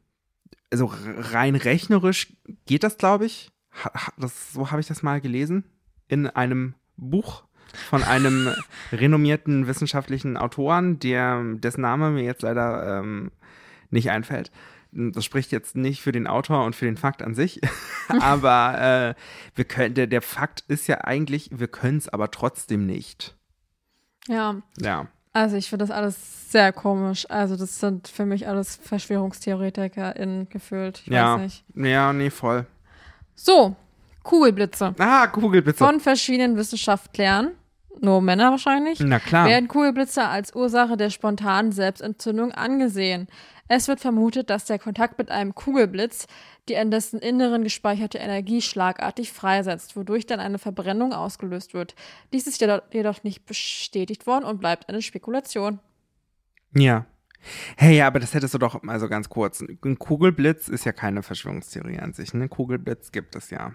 also r- rein rechnerisch geht das, glaube ich. Ha, ha, das, so habe ich das mal gelesen in einem Buch von einem renommierten wissenschaftlichen Autoren, der, dessen Name mir jetzt leider ähm, nicht einfällt. Das spricht jetzt nicht für den Autor und für den Fakt an sich, aber äh, wir können, der, der Fakt ist ja eigentlich, wir können es aber trotzdem nicht. ja. Ja. Also ich finde das alles sehr komisch. Also das sind für mich alles VerschwörungstheoretikerInnen gefühlt. Ich ja. weiß nicht. Ja, nee, voll. So, Kugelblitze. Ah, Kugelblitze. Von verschiedenen Wissenschaftlern, nur Männer wahrscheinlich, Na klar. werden Kugelblitze als Ursache der spontanen Selbstentzündung angesehen. Es wird vermutet, dass der Kontakt mit einem Kugelblitz die in dessen Inneren gespeicherte Energie schlagartig freisetzt, wodurch dann eine Verbrennung ausgelöst wird. Dies ist jedoch- jedoch nicht bestätigt worden und bleibt eine Spekulation. Ja. Hey, ja, aber das hättest du doch, also ganz kurz, ein Kugelblitz ist ja keine Verschwörungstheorie an sich. Ne? Kugelblitz gibt es ja.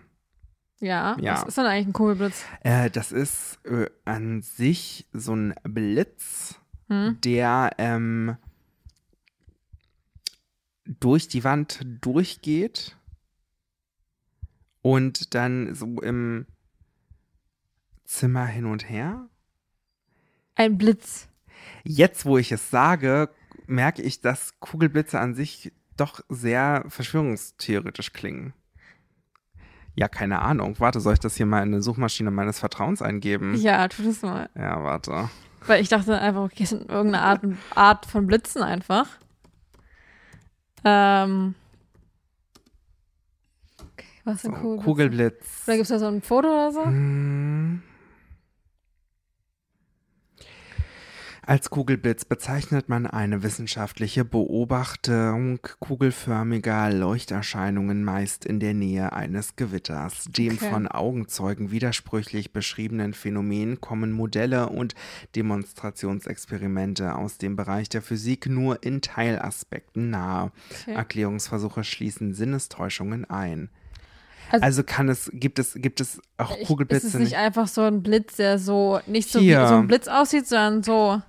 Ja, Ja. was ist denn eigentlich ein Kugelblitz? Äh, das ist äh, an sich so ein Blitz, Hm? der ähm, durch die Wand durchgeht und dann so im Zimmer hin und her. Ein Blitz. Jetzt, wo ich es sage, merke ich, dass Kugelblitze an sich doch sehr verschwörungstheoretisch klingen. Ja, keine Ahnung. Warte, soll ich das hier mal in eine Suchmaschine meines Vertrauens eingeben? Ja, tu das mal. Ja, warte. Weil ich dachte einfach, okay, es sind irgendeine Art, Art von Blitzen einfach. Ähm. Okay, was So, sind Kugelblitze? Kugelblitz. Oder gibt es da so ein Foto oder so? Mm. Als Kugelblitz bezeichnet man eine wissenschaftliche Beobachtung kugelförmiger Leuchterscheinungen meist in der Nähe eines Gewitters. Dem Okay. von Augenzeugen widersprüchlich beschriebenen Phänomen kommen Modelle und Demonstrationsexperimente aus dem Bereich der Physik nur in Teilaspekten nahe. Okay. Ah, Erklärungsversuche schließen Sinnestäuschungen ein. Also- Also, kann es, gibt es, gibt es auch Ich, ist es Kugelblitze nicht nicht? einfach so ein Blitz, der so nicht so Hier. wie so ein Blitz aussieht, sondern so.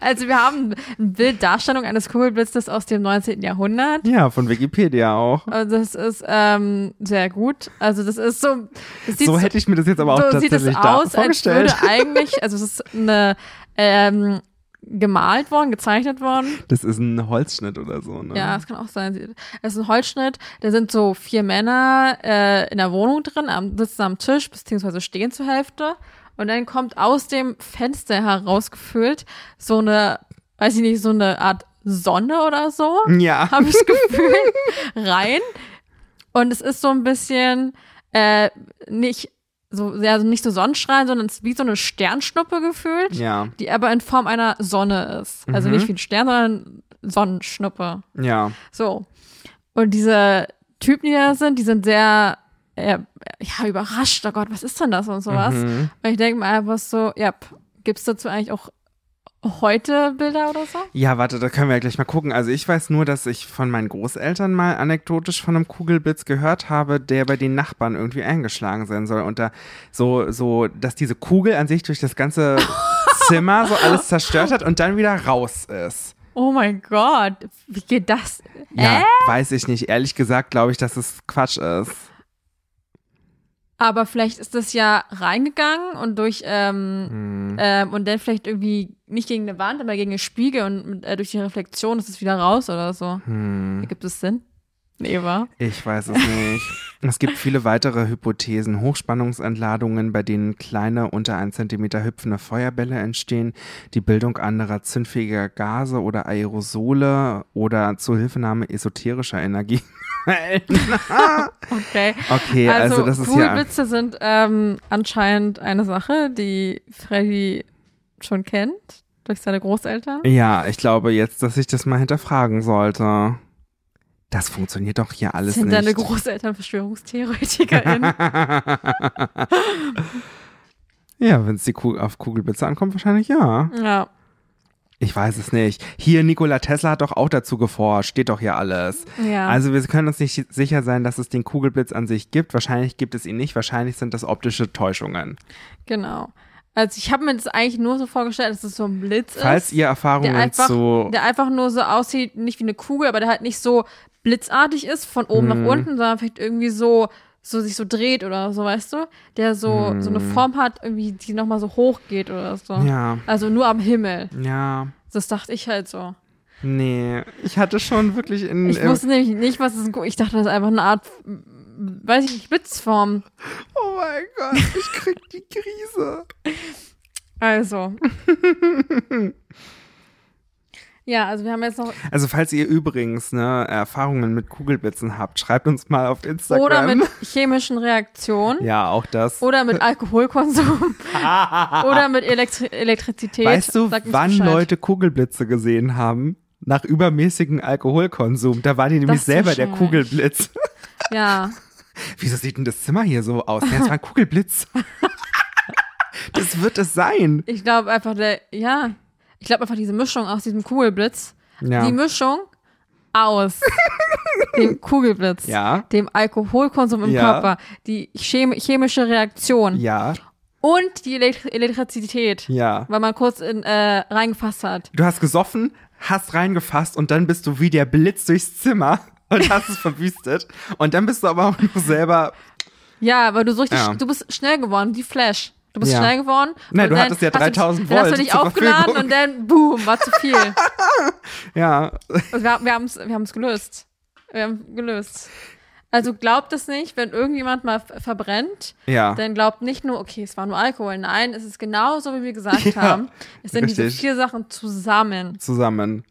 also wir haben ein Bild Darstellung eines Kugelblitzes aus dem 19. Jahrhundert. Ja, von Wikipedia auch. Also das ist ähm, sehr gut. Also das ist so, das sieht So hätte ich mir das jetzt aber auch so sieht tatsächlich es da aus, als vorgestellt. würde eigentlich, also es ist eine ähm, gemalt worden, gezeichnet worden. Das ist ein Holzschnitt oder so, ne? Ja, es kann auch sein. Es ist ein Holzschnitt. Da sind so vier Männer äh, in der Wohnung drin, am, sitzen am Tisch beziehungsweise stehen zur Hälfte. Und dann kommt aus dem Fenster herausgefüllt so eine, weiß ich nicht, so eine Art Sonne oder so Ja. habe ich das Gefühl, rein. Und es ist so ein bisschen äh, nicht so sehr, also nicht so Sonnenstrahlen, sondern es ist wie so eine Sternschnuppe gefühlt, Ja, die aber in Form einer Sonne ist. Also Mhm. nicht wie ein Stern, sondern Sonnenschnuppe. ja. So. Und diese Typen, die da sind, die sind sehr äh, ja, überrascht, oh Gott, was ist denn das und sowas. Mhm. Und ich denke mir einfach so, ja, gibt es dazu eigentlich auch heute Bilder oder so? Ja, warte, da können wir ja gleich mal gucken. Also ich weiß nur, dass ich von meinen Großeltern mal anekdotisch von einem Kugelblitz gehört habe, der bei den Nachbarn irgendwie eingeschlagen sein soll. Und da so, so, dass diese Kugel an sich durch das ganze Zimmer so alles zerstört hat und dann wieder raus ist. Oh mein Gott, wie geht das? Ja, Äh? weiß ich nicht. Ehrlich gesagt glaube ich, dass es Quatsch ist. Aber vielleicht ist das ja reingegangen und durch, ähm, Hm. ähm, und dann vielleicht irgendwie nicht gegen eine Wand, aber gegen den Spiegel und mit, äh, durch die Reflexion ist es wieder raus oder so. Hm, Gibt es Sinn? Nee, war. ich weiß es nicht. Es gibt viele weitere Hypothesen. Hochspannungsentladungen, bei denen kleine, unter 1 Zentimeter hüpfende Feuerbälle entstehen, die Bildung anderer zündfähiger Gase oder Aerosole oder Zuhilfenahme esoterischer Energie. Okay. Okay, also, das ist ja. Kugelblitze sind ähm, anscheinend eine Sache, die Freddy schon kennt durch seine Großeltern. Ja, ich glaube jetzt, dass ich das mal hinterfragen sollte. Das funktioniert doch hier alles sind nicht. deine Großeltern Verschwörungstheoretikerin? ja, wenn es auf Kugelblitze ankommt, wahrscheinlich ja. ja. Ich weiß es nicht. Hier, Nikola Tesla hat doch auch dazu geforscht. Steht doch hier alles. Ja. Also wir können uns nicht sicher sein, dass es den Kugelblitz an sich gibt. Wahrscheinlich gibt es ihn nicht. Wahrscheinlich sind das optische Täuschungen. genau. Also ich habe mir das eigentlich nur so vorgestellt, dass es so ein Blitz Falls ist. ihr Erfahrungen der einfach, zu... der einfach nur so aussieht, nicht wie eine Kugel, aber der halt nicht so blitzartig ist von oben nach unten, sondern vielleicht irgendwie so so sich so dreht oder so, weißt du? Der so so eine Form hat, irgendwie die noch mal so hoch geht oder so. Ja, Also nur am Himmel. ja, Das dachte ich halt so. nee. Ich hatte schon wirklich in... äh, Ich im- wusste nämlich nicht, was es ist. Ich dachte, das ist einfach eine Art, m, weiß ich nicht, Blitzform. oh mein Gott, ich krieg die Krise. Also. ja, also wir haben jetzt noch. Also falls ihr übrigens ne, Erfahrungen mit Kugelblitzen habt, schreibt uns mal auf Instagram. Oder mit chemischen Reaktionen. ja, auch das. Oder mit Alkoholkonsum. oder mit Elektri Elektrizität. Weißt du, Sagt uns wann Bescheid. Leute Kugelblitze gesehen haben? Nach übermäßigem Alkoholkonsum. Da war die nämlich Das selber der wahrscheinlich. Kugelblitz. Ja. Wieso sieht denn das Zimmer hier so aus? Ja, Das war ein Kugelblitz. das wird es sein. Ich glaube einfach, der. Ja. Ich glaube einfach, diese Mischung aus diesem Kugelblitz. Ja. Die Mischung aus dem Kugelblitz. Ja. dem Alkoholkonsum im Ja. Körper, die chem chemische Reaktion Ja. und die Elektri Elektrizität, Ja. weil man kurz in, äh, reingefasst hat. Du hast gesoffen, hast reingefasst und dann bist du wie der Blitz durchs Zimmer und hast es verwüstet. Und dann bist du aber auch noch selber. Ja, weil du so richtig, Ja. du bist schnell geworden, wie Flash. Du bist Ja. schnell geworden. Nein, und du dann hattest ja hast du dich- 3000 Dann hast du Volt dich zur aufgeladen Verfügung. und dann, boom, war zu viel. Ja. Also wir, wir haben es wir haben's gelöst. Wir haben gelöst. Also glaubt es nicht, wenn irgendjemand mal f- verbrennt, Ja. dann glaubt nicht nur, okay, es war nur Alkohol. Nein, es ist genauso, wie wir gesagt Ja, haben. Es sind diese richtig. vier Sachen zusammen. Zusammen.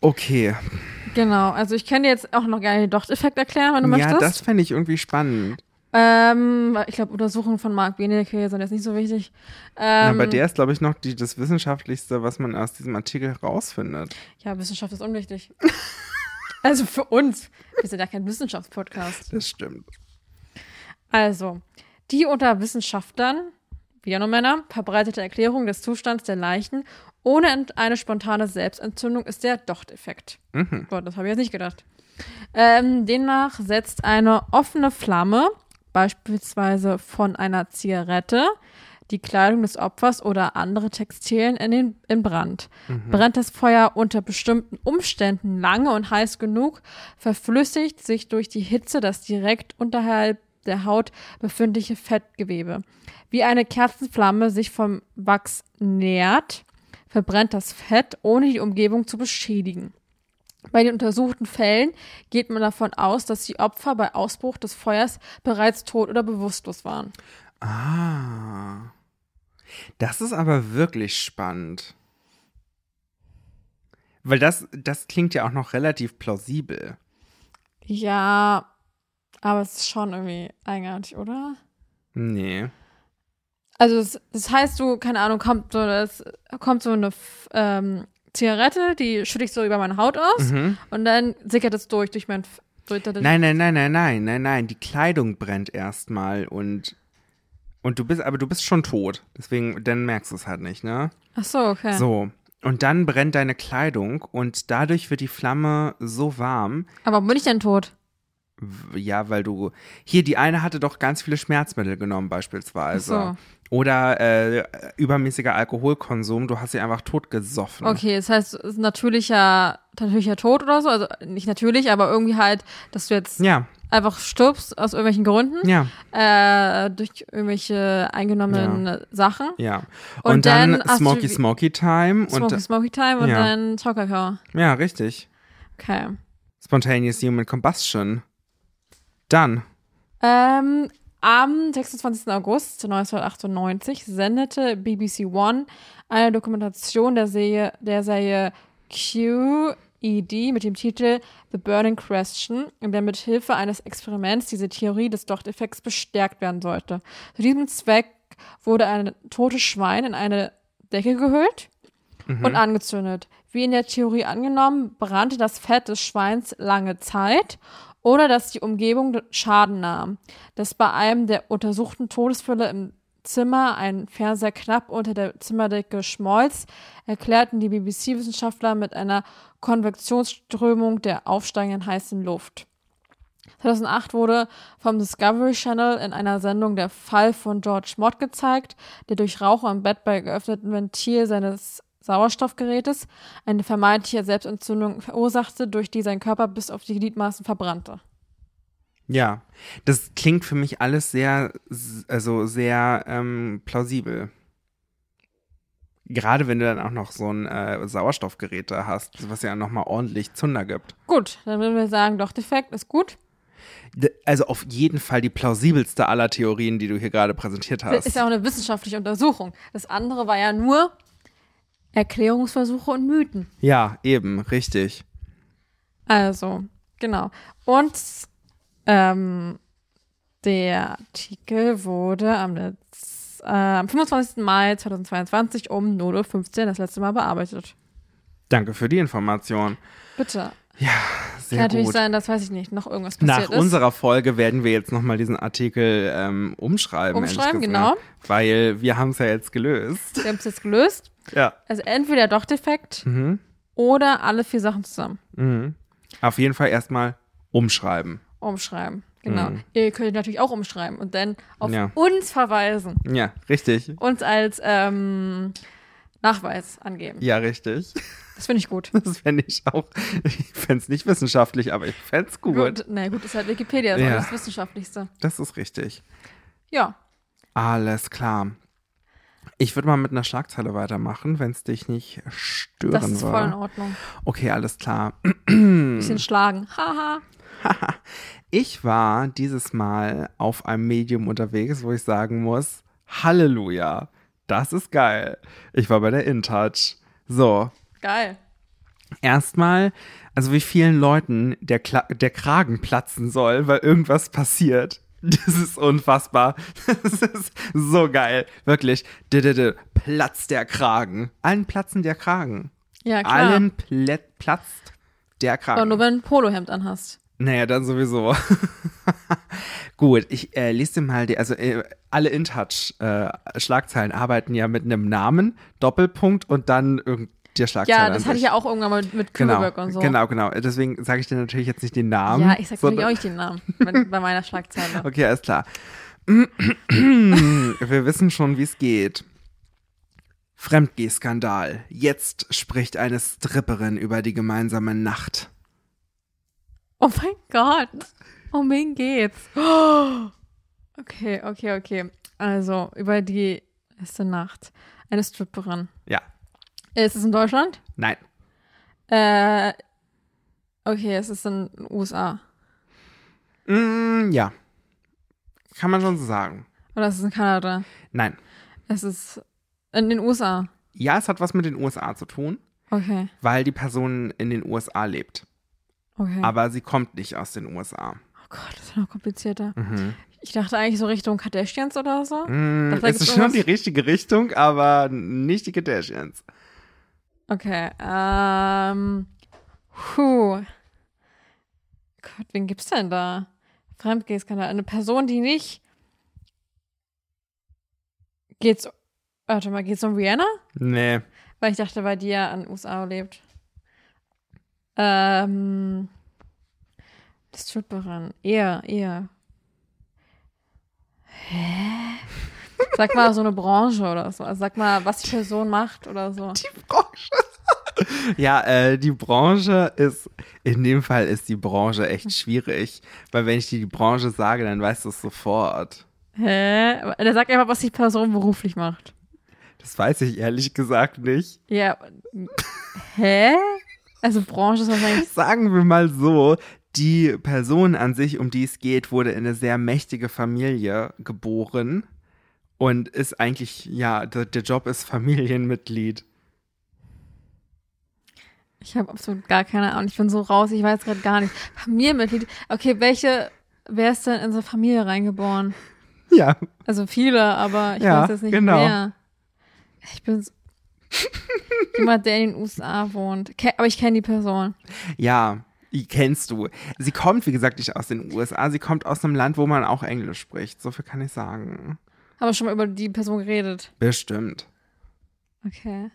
Okay. Genau, also ich kann dir jetzt auch noch gerne den Docht-Effekt erklären, wenn du ja, das möchtest. fände ich irgendwie spannend. Ähm, ich glaube, Untersuchungen von Mark Benecke sind jetzt nicht so wichtig. Ähm, ja, bei der ist, glaube ich, noch die, das Wissenschaftlichste, was man aus diesem Artikel herausfindet. ja, Wissenschaft ist unwichtig. also für uns. Wir sind ja kein Wissenschaftspodcast. Das stimmt. Also, die unter Wissenschaftlern, wieder nur Männer, verbreitete Erklärung des Zustands der Leichen ohne ent- eine spontane Selbstentzündung ist der Docht-Effekt. Gott, das habe ich jetzt nicht gedacht. Ähm, demnach setzt eine offene Flamme, beispielsweise von einer Zigarette, die Kleidung des Opfers oder andere Textilien in, den, in Brand. Brennt das Feuer unter bestimmten Umständen lange und heiß genug, verflüssigt sich durch die Hitze das direkt unterhalb der Haut befindliche Fettgewebe. Wie eine Kerzenflamme sich vom Wachs nähert, verbrennt das Fett, ohne die Umgebung zu beschädigen. Bei den untersuchten Fällen geht man davon aus, dass die Opfer bei Ausbruch des Feuers bereits tot oder bewusstlos waren. Ah. Das ist aber wirklich spannend. Weil das, das klingt ja auch noch relativ plausibel. Ja, aber es ist schon irgendwie eigenartig, oder? Nee. Also es, das heißt, du, keine Ahnung, kommt so, das, kommt so eine F- ähm, Zigarette, die schütte ich so über meine Haut aus Mhm. und dann sickert es durch, durch mein. F- Durch, durch, Nein, nein, nein, nein, nein, nein, nein. Die Kleidung brennt erstmal und und du bist, aber du bist schon tot. Deswegen, dann merkst du es halt nicht, ne? Ach so, okay. So. Und dann brennt deine Kleidung und dadurch wird die Flamme so warm. Aber bin ich denn tot? W- Ja, weil du. Hier, die eine hatte doch ganz viele Schmerzmittel genommen, beispielsweise. Ach so. Oder äh, übermäßiger Alkoholkonsum. Du hast sie einfach totgesoffen. Okay, das heißt, es ist ein natürlicher, natürlicher Tod oder so. Also nicht natürlich, aber irgendwie halt, dass du jetzt Ja, einfach stirbst aus irgendwelchen Gründen. ja, Äh, durch irgendwelche eingenommenen äh, Sachen. ja. Und, Und dann, dann hast du Smoky wie- Smoky Time. Smoky und, Smoky Time und ja. dann Chocakao. ja, richtig. Okay. Spontaneous Human Combustion. Dann. Ähm, am 26. August 1998 sendete BBC One eine Dokumentation der Serie, der Serie QED mit dem Titel The Burning Question, in der mit Hilfe eines Experiments diese Theorie des Docht-Effekts bestärkt werden sollte. Zu diesem Zweck wurde ein totes Schwein in eine Decke gehüllt und angezündet. Wie in der Theorie angenommen, brannte das Fett des Schweins lange Zeit, ohne dass die Umgebung d- Schaden nahm. Dass bei einem der untersuchten Todesfälle im Zimmer ein Fernseher knapp unter der Zimmerdecke schmolz, erklärten die BBC-Wissenschaftler mit einer Konvektionsströmung der aufsteigenden heißen Luft. 2008 wurde vom Discovery Channel in einer Sendung der Fall von George Mott gezeigt, der durch Rauch am Bett bei geöffnetem Ventil seines Sauerstoffgerätes eine vermeintliche Selbstentzündung verursachte, durch die sein Körper bis auf die Gliedmaßen verbrannte. Ja. Das klingt für mich alles sehr, s- also sehr ähm, plausibel. Gerade wenn du dann auch noch so ein äh, Sauerstoffgerät da hast, was ja nochmal ordentlich Zunder gibt. Gut, dann würden wir sagen, doch, defekt ist gut. D- Also auf jeden Fall die plausibelste aller Theorien, die du hier gerade präsentiert Das hast. ist ja auch eine wissenschaftliche Untersuchung. Das andere war ja nur Erklärungsversuche und Mythen. ja, eben, richtig. Also, genau. Und ähm, der Artikel wurde am, letz- äh, am 25. Mai 2022 um 0.15 Uhr das letzte Mal bearbeitet. Danke für die Information. Bitte. Kann Sehr natürlich gut. sein, dass, weiß ich nicht, noch irgendwas Nach passiert ist. unserer Folge werden wir jetzt nochmal diesen Artikel ähm, umschreiben. ehrlich Umschreiben, gesagt. genau. Weil wir haben es ja jetzt gelöst. Wir haben es jetzt gelöst. Ja. Also entweder doch defekt Mhm. oder alle vier Sachen zusammen Mhm. Auf jeden Fall erstmal umschreiben. umschreiben. Genau. Mhm. Ihr könnt natürlich auch umschreiben und dann auf Ja. uns verweisen. Ja, richtig. Uns als ähm, Nachweis angeben. Ja, richtig. Das finde ich gut. Das fände ich auch. Ich fände es nicht wissenschaftlich, aber ich fände es gut. Gut, na gut, ist halt Wikipedia, ist Oh Ja. auch das Wissenschaftlichste. Das ist richtig. Ja, Alles klar. Ich würde mal mit einer Schlagzeile weitermachen, wenn es dich nicht stören das ist voll in würde. Ordnung. Okay, alles klar. Hm. Bisschen schlagen. Haha. Ich war dieses Mal auf einem Medium unterwegs, wo ich sagen muss, Halleluja, das ist geil. Ich war bei der InTouch. So, Geil. erstmal, also wie vielen Leuten der, Kla der Kragen platzen soll, weil irgendwas passiert. Das ist unfassbar. Das ist so geil. Wirklich. Didede. Platzt der Kragen. Allen platzen der Kragen. Ja, klar. Allen plä- platzt der Aber Kragen. nur wenn du ein Polohemd anhast. Naja, dann sowieso. Gut, ich äh, lese dir mal die, also äh, alle InTouch-Schlagzeilen arbeiten ja mit einem Namen, Doppelpunkt und dann irgend- der Schlagzeile. Ja, an das hatte ich sich. ja auch irgendwann mal mit genau, Kühlberg und so. Genau, genau. Deswegen sage ich dir natürlich jetzt nicht den Namen. Ja, ich sag natürlich sondern- auch nicht den Namen wenn- bei meiner Schlagzeile. Okay, alles klar. Wir wissen schon, wie es geht. Fremdgeh-Skandal. Jetzt spricht eine Stripperin über die gemeinsame Nacht. Oh mein Gott. Um wen geht's? Oh. Okay, okay, okay. Also, über die erste Nacht. Eine Stripperin. Ja, Ist es in Deutschland? nein. Äh, okay, es ist in den USA. Mm, ja. Kann man schon so sagen. Oder es ist in Kanada. Nein. Es ist in den USA. Ja, es hat was mit den USA zu tun, Okay, weil die Person in den USA lebt. okay. Aber sie kommt nicht aus den USA. oh Gott, das ist noch komplizierter. Mhm. Ich dachte eigentlich so Richtung Kardashians oder so. Mm, Doch, da es gibt's ist schon irgendwas- die richtige Richtung, aber nicht die Kardashians. Okay, ähm. Puh. Gott, wen gibt's denn da? Fremdgehskandal. Eine Person, die nicht. Geht's. Warte mal, geht's um Rihanna? Nee. Weil ich dachte, weil die ja an USA lebt. Ähm. Das tut daran. Eher, eher. Hä? Sag mal so eine Branche oder so. Also sag mal, was die Person macht oder so. Die Branche. ja, äh, die Branche ist, in dem Fall ist die Branche echt schwierig, weil wenn ich dir die Branche sage, dann weißt du es sofort. Hä? Der sagt einfach, was die Person beruflich macht. Das weiß ich ehrlich gesagt nicht. Ja. Hä? Also Branche ist wahrscheinlich. Sagen wir mal so, die Person an sich, um die es geht, wurde in eine sehr mächtige Familie geboren und ist eigentlich, ja, der, der Job ist Familienmitglied. Ich habe absolut gar keine Ahnung. Ich bin so raus, ich weiß gerade gar nicht. Familienmitglied. Okay, welche, wer ist denn in unsere Familie reingeboren? Ja, Also viele, aber ich Ja, weiß jetzt nicht genau. mehr. Ich bin so jemand, der in den USA wohnt. Ke aber ich kenne die Person. ja, die kennst du. Sie kommt, wie gesagt, nicht aus den USA, sie kommt aus einem Land, wo man auch Englisch spricht. So viel kann ich sagen. Haben wir schon mal über die Person geredet? Bestimmt. Okay.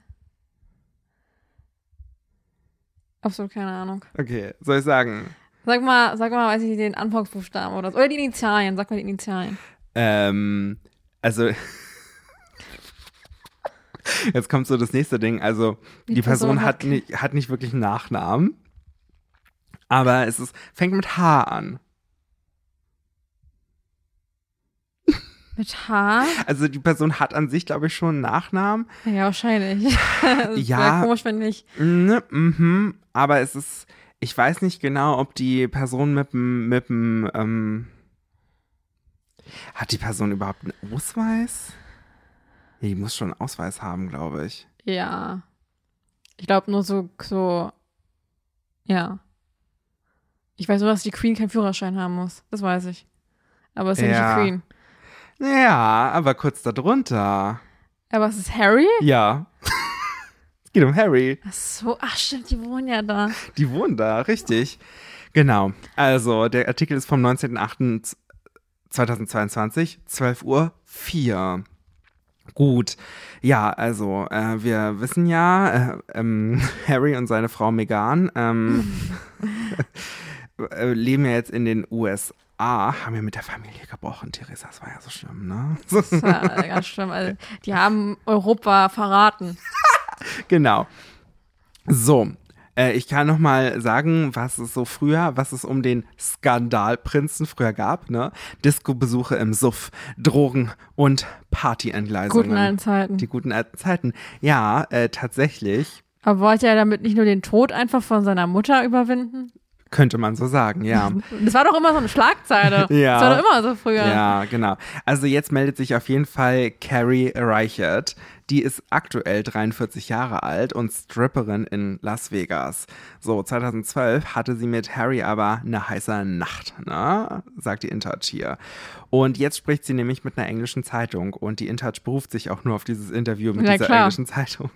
Absolut keine Ahnung. Okay, soll ich sagen? Sag mal, sag mal, weiß ich nicht, den Anfangsbuchstaben oder so. Oder die Initialien, sag mal die Initialien. Ähm, also. Jetzt kommt so das nächste Ding. Also, die, Die Person, Person hat, hat- nicht, hat nicht wirklich einen Nachnamen. Aber es ist, fängt mit H an. Mit H? Also, die Person hat an sich, glaube ich, schon einen Nachnamen. Ja, wahrscheinlich. Das Ja. wär komisch, wenn nicht. Ne, Mhm. Aber es ist, ich weiß nicht genau, ob die Person mit dem, mit dem, ähm, hat die Person überhaupt einen Ausweis? Ja, die muss schon einen Ausweis haben, glaube ich. Ja. Ich glaube nur so, so, ja. Ich weiß nur, dass die Queen keinen Führerschein haben muss. Das weiß ich. Aber es ist ja. Ja. nicht die Queen. Ja, aber kurz darunter. Aber es ist Harry? Ja. Geht um Harry. Ach so, ach stimmt, die wohnen ja da. Die wohnen da, richtig. Genau. Also, der Artikel ist vom 19.08.2022, 12 Uhr 4. Gut. Ja, also, äh, wir wissen ja, äh, ähm, Harry und seine Frau Meghan ähm, äh, leben ja jetzt in den USA. haben ja mit der Familie gebrochen, Theresa. Das war ja so schlimm, ne? Das war ganz schlimm. Also, die haben Europa verraten. Genau. So, äh, ich kann noch mal sagen, was es so früher, was es um den Skandalprinzen früher gab, ne? Disco-Besuche im Suff, Drogen und Partyentgleisungen. Guten alten Zeiten. Die guten alten Zeiten. Ja, äh, tatsächlich Aber wollte er damit nicht nur den Tod einfach von seiner Mutter überwinden? könnte man so sagen, ja. Das war doch immer so eine Schlagzeile. Ja. Das war doch immer so früher. Ja, genau. Also jetzt meldet sich auf jeden Fall Carrie Reichert. Die ist aktuell 43 Jahre alt und Stripperin in Las Vegas. So, 2012 hatte sie mit Harry aber eine heiße Nacht, ne? sagt die InTouch hier. Und jetzt spricht sie nämlich mit einer englischen Zeitung und die InTouch beruft sich auch nur auf dieses Interview mit Ja, dieser klar. englischen Zeitung.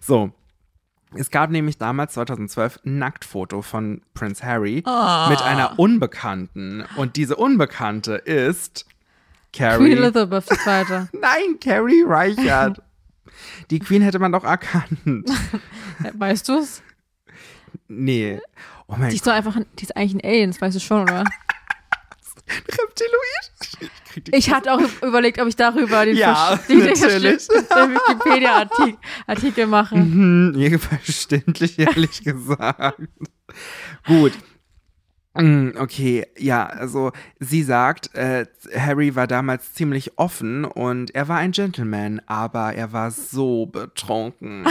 So. Es gab nämlich damals 2012 ein Nacktfoto von Prince Harry Ah. mit einer Unbekannten. Und diese Unbekannte ist Queen Carrie. Elizabeth II. Nein, Carrie Reichert. Die Queen hätte man doch erkannt. weißt du's? Nee. Oh mein Die Gott, ist doch einfach, ein, die ist eigentlich ein Alien, das weißt du schon, oder? Reptiloid. Ich krieg die Ich hatte auch überlegt, ob ich darüber den, Ja, Versch- den, den, natürlich. den, den Wikipedia-Artikel Artikel mache. Hm, mir verständlich, ehrlich gesagt. Gut. Hm, Okay, ja, also sie sagt, äh, Harry war damals ziemlich offen und er war ein Gentleman, aber er war so betrunken.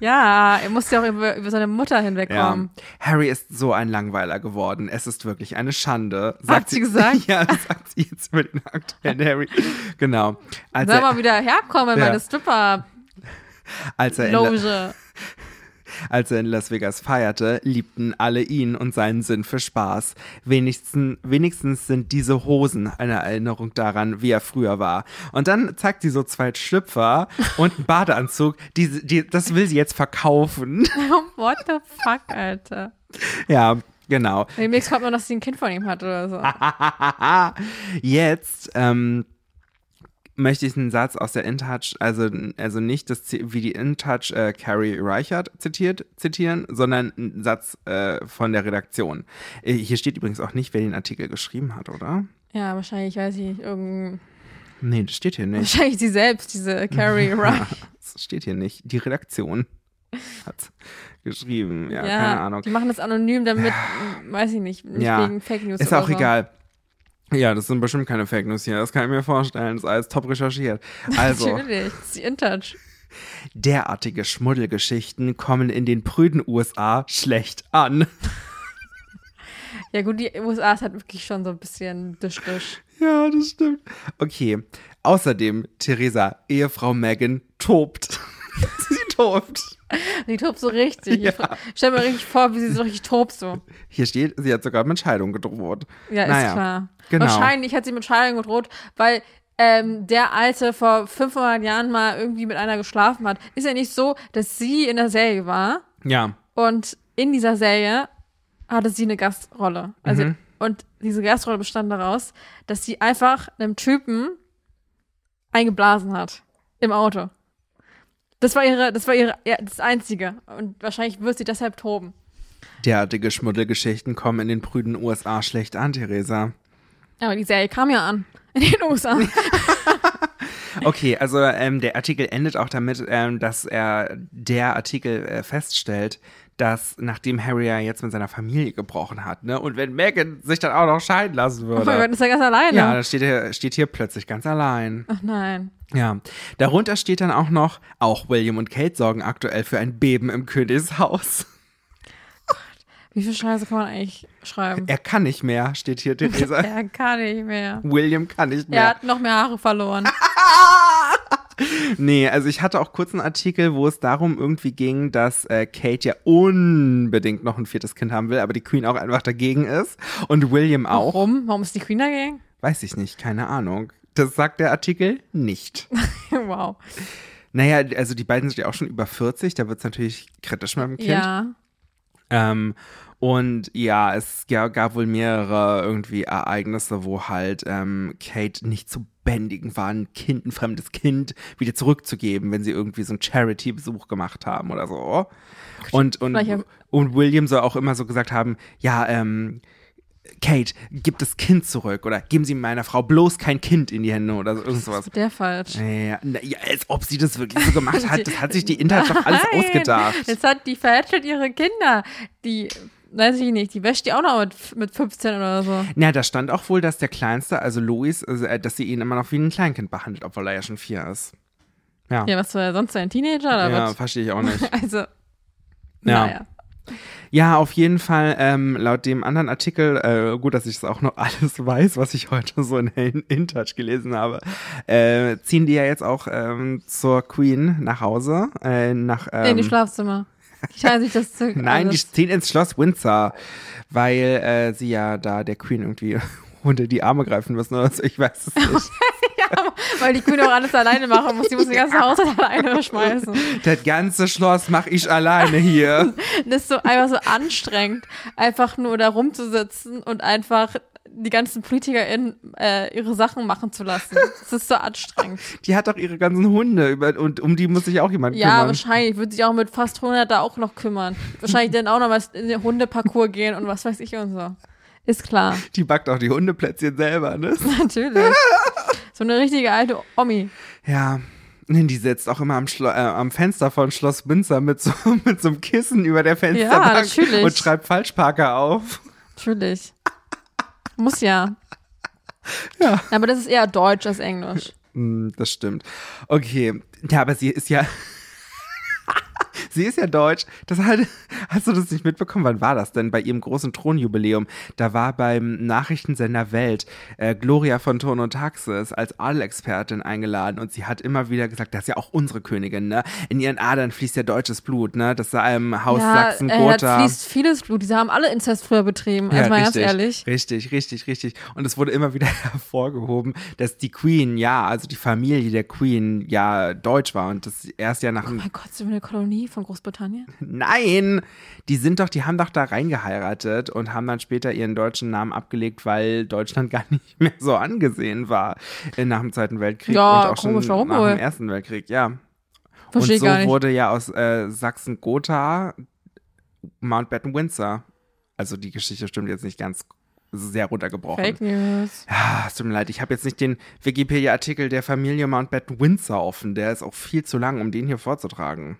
Ja, er musste ja auch über, über seine Mutter Ja. hinwegkommen. Harry ist so ein Langweiler geworden. Es ist wirklich eine Schande. Sagt sie gesagt? Ja, das sagt sie jetzt über den aktuellen Harry. Genau. Als Soll er, mal wieder herkommen in Ja. meine Stripper-Loge. als er in, La- Als er in Las Vegas feierte, liebten alle ihn und seinen Sinn für Spaß. Wenigstens, wenigstens sind diese Hosen eine Erinnerung daran, wie er früher war. Und dann zeigt sie so zwei Schlüpfer und einen Badeanzug. Die, die, das will sie jetzt verkaufen. What the fuck, Alter? Ja, genau. Demnächst kommt man, dass sie ein Kind von ihm hat oder so. Jetzt ähm, möchte ich einen Satz aus der InTouch, also, also nicht das, Z- wie die InTouch äh, Carrie Reichert zitiert, zitieren, sondern einen Satz äh, von der Redaktion. Äh, Hier steht übrigens auch nicht, wer den Artikel geschrieben hat, oder? Ja, wahrscheinlich, weiß ich nicht, irgendein, Nee, das steht hier nicht. wahrscheinlich sie selbst, diese Carrie Wright. Das steht hier nicht. Die Redaktion hat geschrieben. Ja, ja, keine Ahnung. Die machen das anonym, damit, m, weiß ich nicht, nicht Ja. wegen Fake News Ist auch oder so. egal. Ja, das sind bestimmt keine Fake News hier. Das kann ich mir vorstellen. Das ist alles top recherchiert. Also, Natürlich, das ist die InTouch. derartige Schmuddelgeschichten kommen in den prüden USA schlecht an. Ja gut, die USA ist halt wirklich schon so ein bisschen disch-disch. Ja, das stimmt. Okay. Außerdem, Theresa, Ehefrau Megan, tobt. Sie tobt. Die tobt so richtig. Ich Ja. stell mir richtig vor, wie sie so richtig tobt so. Hier steht, sie hat sogar mit Scheidung gedroht. Ja, Naja, ist klar. genau. Wahrscheinlich hat sie mit Scheidung gedroht, weil ähm, der Alte vor 500 Jahren mal irgendwie mit einer geschlafen hat. Ist ja nicht so, dass sie in der Serie war Ja. und in dieser Serie hatte sie eine Gastrolle. Also, Mhm. Und diese Gastrolle bestand daraus, dass sie einfach einem Typen eingeblasen hat. Im Auto. Das war ihre, das war ihre, ja, das Einzige. Und wahrscheinlich wird sie deshalb toben. Derartige Schmuddelgeschichten kommen in den prüden USA schlecht an, Theresa. Aber die Serie kam ja an. In den USA. Okay, also ähm, der Artikel endet auch damit, ähm, dass er der Artikel äh, feststellt, dass nachdem Harry ja jetzt mit seiner Familie gebrochen hat, ne, und wenn Megan sich dann auch noch scheiden lassen Oh mein Gott, würde. ist er ganz alleine. ja, dann steht hier, steht hier plötzlich ganz allein. Ach nein. Ja. Darunter steht dann auch noch, auch William und Kate sorgen aktuell für ein Beben im Königshaus. Wie viel Scheiße kann man eigentlich schreiben? Er kann nicht mehr, steht hier Theresa. Er kann nicht mehr. William kann nicht mehr. Er hat noch mehr Haare verloren. Nee, also ich hatte auch kurz einen Artikel, wo es darum irgendwie ging, dass äh, Kate ja unbedingt noch ein viertes Kind haben will, aber die Queen auch einfach dagegen ist und William auch. Warum? Warum ist die Queen dagegen? Weiß ich nicht, keine Ahnung. Das sagt der Artikel nicht. wow. Naja, also die beiden sind ja auch schon über 40, da wird es natürlich kritisch mit dem Kind. Ja. Ähm, und ja, es ga- gab wohl mehrere irgendwie Ereignisse, wo halt ähm, Kate nicht zu bändigen war, ein Kind, ein fremdes Kind wieder zurückzugeben, wenn sie irgendwie so einen Charity-Besuch gemacht haben oder so. Und, und, Vielleicht ja- und William soll auch immer so gesagt haben, ja, ähm, Kate, gib das Kind zurück oder geben Sie meiner Frau bloß kein Kind in die Hände oder so, irgend sowas. Der falsch. Ja, na, ja, als ob sie das wirklich so gemacht hat, das hat sich die Internet doch alles Nein. ausgedacht. Jetzt hat die verätschelt ihre Kinder. Die, weiß ich nicht, die wäscht die auch noch mit, mit 15 oder so. Na, da stand auch wohl, dass der Kleinste, also Louis, also, äh, dass sie ihn immer noch wie ein Kleinkind behandelt, obwohl er ja schon vier ist. Ja, Ja, was soll er sonst sein? Teenager oder ja was? verstehe ich auch nicht. Also, Ja. naja. Ja, auf jeden Fall, ähm, laut dem anderen Artikel, äh, gut, dass ich das auch noch alles weiß, was ich heute so in in InTouch gelesen habe, äh, ziehen die ja jetzt auch ähm, zur Queen nach Hause, äh, nach, ähm, in die Schlafzimmer. Ich teile sich das zu. also Nein, die alles. ziehen ins Schloss Windsor, weil äh, sie ja da der Queen irgendwie unter die Arme greifen müssen oder so, ich weiß es nicht. Weil die Queen auch alles alleine machen muss. Die muss den ganzen Haushalt alleine schmeißen. Das ganze Schloss mache ich alleine hier. Das ist so einfach so anstrengend, einfach nur da rumzusitzen und einfach die ganzen PolitikerInnen äh, ihre Sachen machen zu lassen. Das ist so anstrengend. Die hat doch ihre ganzen Hunde über, und um die muss sich auch jemand Ja, kümmern. wahrscheinlich. Würde sich auch mit fast 100 da auch noch kümmern. Wahrscheinlich dann auch noch mal in den Hundeparcours gehen und was weiß ich und so. Ist klar. Die backt auch die Hundeplätzchen selber, ne? Natürlich. So eine richtige alte Omi. Ja. Nee, Die sitzt auch immer am, Schlo äh, am Fenster von Schloss Windsor mit so, mit so einem Kissen über der Fensterbank natürlich. und schreibt Falschparker auf. Natürlich. Muss ja. Ja. Aber das ist eher Deutsch als Englisch. Hm, das stimmt. Okay. Ja, aber sie ist ja. sie ist ja deutsch. Das hat, hast du das nicht mitbekommen? Wann war das denn? Bei ihrem großen Thronjubiläum. Da war beim Nachrichtensender Welt äh, Gloria von Ton und Taxis als Adelexpertin eingeladen und sie hat immer wieder gesagt, das ist ja auch unsere Königin, ne? In ihren Adern fließt ja deutsches Blut, ne? Das sei im Haus äh, da Sachsen-Gotha. fließt vieles Blut. Diese haben alle Inzest früher betrieben. Ja, Also mal ganz richtig, ehrlich. Richtig, richtig, richtig. Und es wurde immer wieder hervorgehoben, dass die Queen, ja, also die Familie der Queen, ja, deutsch war und das erst ja nach dem Oh Mein Gott, sind wir eine Kolonie von Großbritannien? Nein, die sind doch, die haben doch da reingeheiratet und haben dann später ihren deutschen Namen abgelegt, weil Deutschland gar nicht mehr so angesehen war äh, nach dem Zweiten Weltkrieg Ja, und auch komisch, schon warum nach wohl? dem Ersten Weltkrieg, ja. Verstehe und so gar nicht. wurde ja aus äh, Sachsen-Gotha Mountbatten-Windsor. Also die Geschichte stimmt jetzt nicht ganz sehr runtergebrochen. Fake News. Ah, es tut mir leid, ich habe jetzt nicht den Wikipedia-Artikel der Familie Mountbatten-Windsor offen. Der ist auch viel zu lang, um den hier vorzutragen.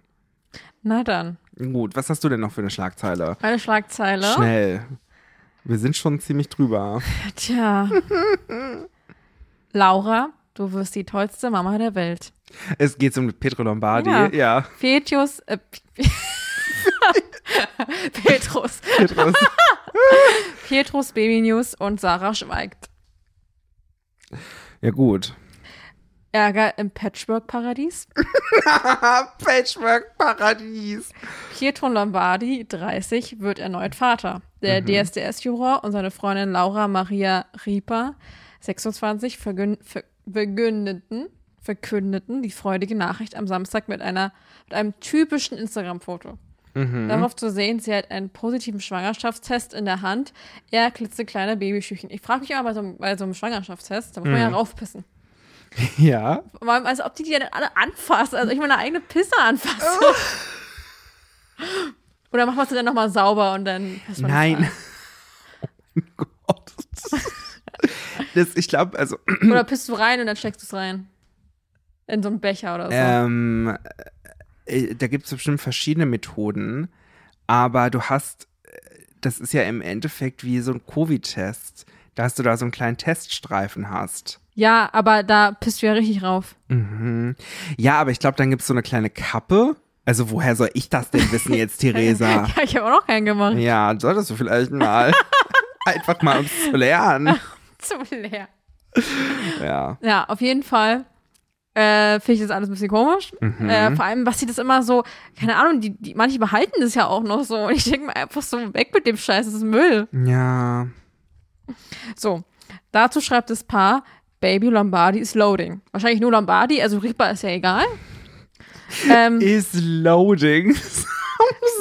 Na dann. Gut, was hast du denn noch für eine Schlagzeile? Eine Schlagzeile. Schnell. Wir sind schon ziemlich drüber. Tja. Laura, du wirst die tollste Mama der Welt. Es geht um Petro Lombardi. Ja. Ja. Fetius. Äh, Petrus. Petrus. Petrus Baby News und Sarah schweigt. ja, gut. Ärger im Patchwork-Paradies. Patchwork-Paradies. Pietro Lombardi, 30, wird erneut Vater. Der DSDS-Juror und seine Freundin Laura Maria Rieper, 26, vergün- ver verkündeten, verkündeten die freudige Nachricht am Samstag mit, einer, mit einem typischen Instagram-Foto. Darauf zu sehen, sie hat einen positiven Schwangerschaftstest in der Hand. Er klitzekleine Babyschüchen. Ich frage mich immer bei so, einem- bei so einem Schwangerschaftstest, da muss man ja raufpissen. Ja. Vor allem, als ob die die ja dann alle anfasst. Also ich meine eigene Pisse anfasse. Oder macht man sie dann nochmal sauber und dann passt man das Nein. Oh mein Gott. Das, ich glaube, also, an. Oder pisst du rein und dann steckst du es rein. In so einen Becher oder so. ähm, äh, da gibt es bestimmt verschiedene Methoden, aber du hast, äh, das ist ja im Endeffekt wie so ein Covid-Test, dass du da so einen kleinen Teststreifen hast. Ja, aber da pisst du ja richtig rauf. Mhm. Ja, aber ich glaube, dann gibt es so eine kleine Kappe. Also woher soll ich das denn wissen jetzt, Theresa? Ja, ich habe auch noch keinen gemacht. ja, solltest du vielleicht mal. Einfach mal, um es zu lernen. Zu leer. Ja. Ja, auf jeden Fall. Äh, Finde ich das alles ein bisschen komisch. Äh, vor allem, was sie das immer so, keine Ahnung, die, die, manche behalten das ja auch noch so. Und ich denke mir einfach so, weg mit dem Scheiß, das ist Müll. Ja. So, dazu schreibt das Paar, Baby Lombardi ist loading. Wahrscheinlich nur Lombardi, also Ripa ist ja egal. Ähm, Is loading.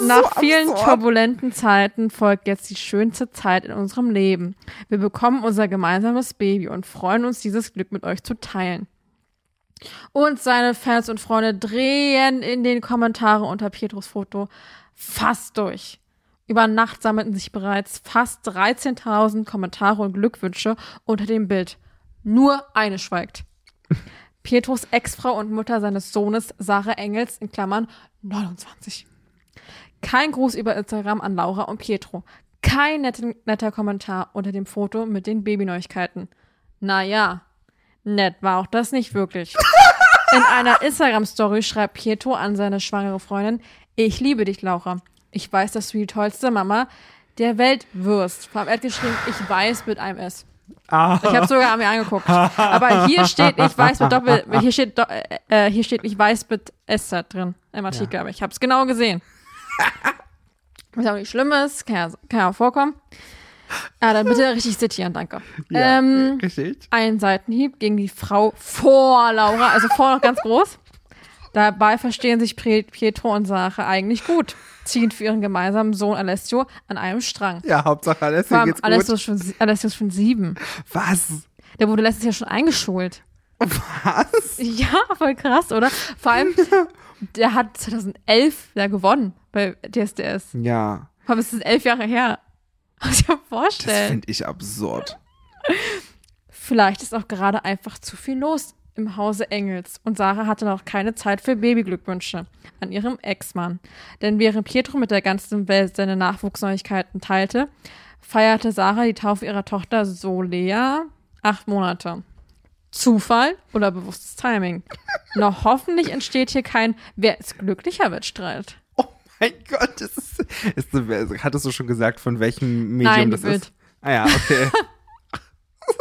nach vielen absurd. turbulenten Zeiten folgt jetzt die schönste Zeit in unserem Leben. Wir bekommen unser gemeinsames Baby und freuen uns, dieses Glück mit euch zu teilen. Und seine Fans und Freunde drehen in den Kommentaren unter Pietros Foto fast durch. Über Nacht sammelten sich bereits fast 13.000 Kommentare und Glückwünsche unter dem Bild. Nur eine schweigt. Pietros Ex-Frau und Mutter seines Sohnes Sarah Engels in Klammern 29. Kein Gruß über Instagram an Laura und Pietro. Kein netten, netter Kommentar unter dem Foto mit den Babyneuigkeiten. Naja, nett war auch das nicht wirklich. In einer Instagram-Story schreibt Pietro an seine schwangere Freundin, ich liebe dich, Laura. Ich weiß, dass du die tollste Mama der Welt wirst. Vor allem, er hat geschrieben, ich weiß mit einem S. Ah, Ich habe sogar mir angeguckt. Aber hier steht, ich weiß mit Doppel, hier steht, do, äh, hier steht, ich weiß mit S da drin im Artikel, aber ich habe es genau gesehen. Was auch nicht schlimm ist, kann ja, kann ja auch vorkommen. Ja, dann bitte richtig zitieren, danke. ja, Ähm, richtig. ein Seitenhieb gegen die Frau vor Laura, also vor noch ganz groß. Dabei verstehen sich Pre- Pietro und Sarah eigentlich gut, ziehen für ihren gemeinsamen Sohn Alessio an einem Strang. Ja, Hauptsache Vor Alessio allem geht's gut. Alessio ist, schon, sie- Alessio ist schon sieben. Was? Der wurde letztes Jahr schon eingeschult. Was? Ja, voll krass, oder? Vor allem, der hat 2011 da gewonnen bei DSDS. Ja, Vor allem, es ist elf Jahre her. Muss ich mir das vorstellen. finde ich absurd. Vielleicht ist auch gerade einfach zu viel los im Hause Engels. Und Sarah hatte noch keine Zeit für Babyglückwünsche an ihrem Ex-Mann. Denn während Pietro mit der ganzen Welt seine Nachwuchsneuigkeiten teilte, feierte Sarah die Taufe ihrer Tochter Solea acht Monate. Zufall oder bewusstes Timing? Noch hoffentlich entsteht hier kein Wer ist glücklicher Wettstreit. Oh mein Gott, das ist, ist, ist, hattest du schon gesagt, von welchem Medium Nein, das Bild. ist? Ah ja, okay.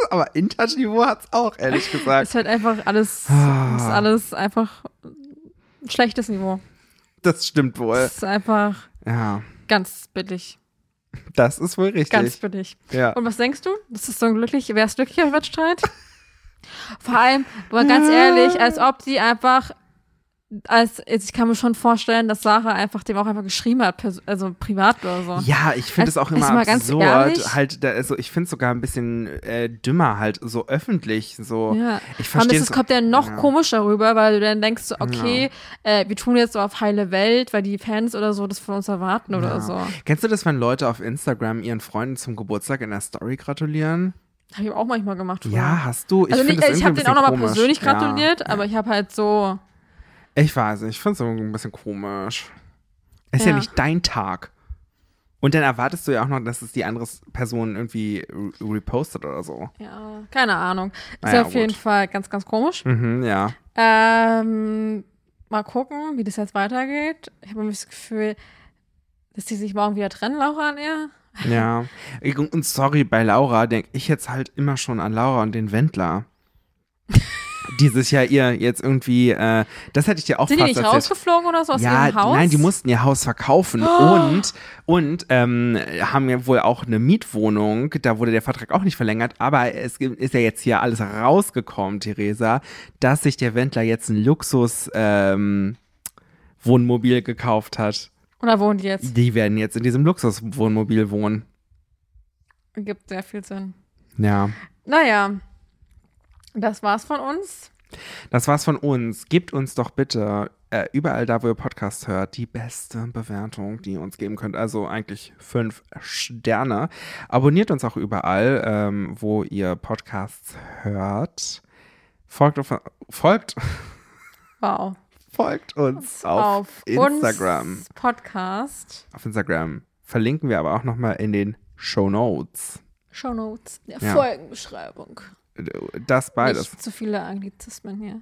Aber Intouch-Niveau hat's auch, ehrlich gesagt. Ist halt einfach alles, Ah. ist alles einfach ein schlechtes Niveau. Das stimmt wohl. Es ist einfach Ja, ganz billig. das ist wohl richtig. Ganz billig. ja. Und was denkst du? Das ist so ein glücklich, wäre es glücklicher Wettstreit? Vor allem, aber ganz ehrlich, als ob die einfach, als, ich kann mir schon vorstellen, dass Sarah einfach dem auch einfach geschrieben hat, pers- also privat oder so. Ja, ich finde es Also, auch immer ist mal ganz absurd. ehrlich- halt, da, also ich finde es sogar ein bisschen äh, dümmer, halt so öffentlich. So, Ja. ich Vor allem verstehe ist es kommt ja noch komischer rüber, weil du dann denkst so, okay, äh, wir tun jetzt so auf heile Welt, weil die Fans oder so das von uns erwarten oder so. Habe Kennst du das, wenn Leute auf Instagram ihren Freunden zum Geburtstag in der Story gratulieren? ich auch manchmal gemacht. früher. Ja, hast du? Ich also find nicht, das ich irgendwie habe ein den auch nochmal bisschen komisch. persönlich Ja. gratuliert, aber ich habe halt so, Ich weiß nicht, ich finde es ein bisschen komisch. Ist ja. Ja. nicht dein Tag. Und dann erwartest du ja auch noch, dass es die andere Person irgendwie re- repostet oder so. ja, keine Ahnung. Ist Naja, auf jeden gut. Fall ganz, ganz komisch. Mhm, ja. Ähm, mal gucken, wie das jetzt weitergeht. Ich habe irgendwie das Gefühl, dass die sich morgen wieder trennen, Laura und er. Ja. Ich- Und sorry, bei Laura denke ich jetzt halt immer schon an Laura und den Wendler. Dieses Jahr ihr jetzt irgendwie, äh, das hätte ich dir auch Sind die fast nicht erzählt. rausgeflogen oder so aus ja, ihrem Haus? Oh. nein, die mussten ihr Haus verkaufen und und ähm, haben ja wohl auch eine Mietwohnung. Da wurde der Vertrag auch nicht verlängert. Aber es gibt- ist ja jetzt hier alles rausgekommen, Theresa, dass sich der Wendler jetzt ein Luxus ähm, Wohnmobil gekauft hat. Oder wohnen die jetzt? Die werden jetzt in diesem Luxuswohnmobil wohnen. Gibt sehr viel Sinn. Ja. Naja, das war's von uns. Das war's von uns. Gebt uns doch bitte äh, überall da, wo ihr Podcast hört, die beste Bewertung, die ihr uns geben könnt. Also eigentlich fünf Sterne. Abonniert uns auch überall, ähm, wo ihr Podcasts hört. Folgt, auf, folgt, Wow. folgt uns auf, Instagram. Uns Podcast. Auf Instagram. Verlinken wir aber auch nochmal in den Show Notes. Show Notes. Der Ja. Folgenbeschreibung. Das beides. Nicht zu viele Anglizismen hier.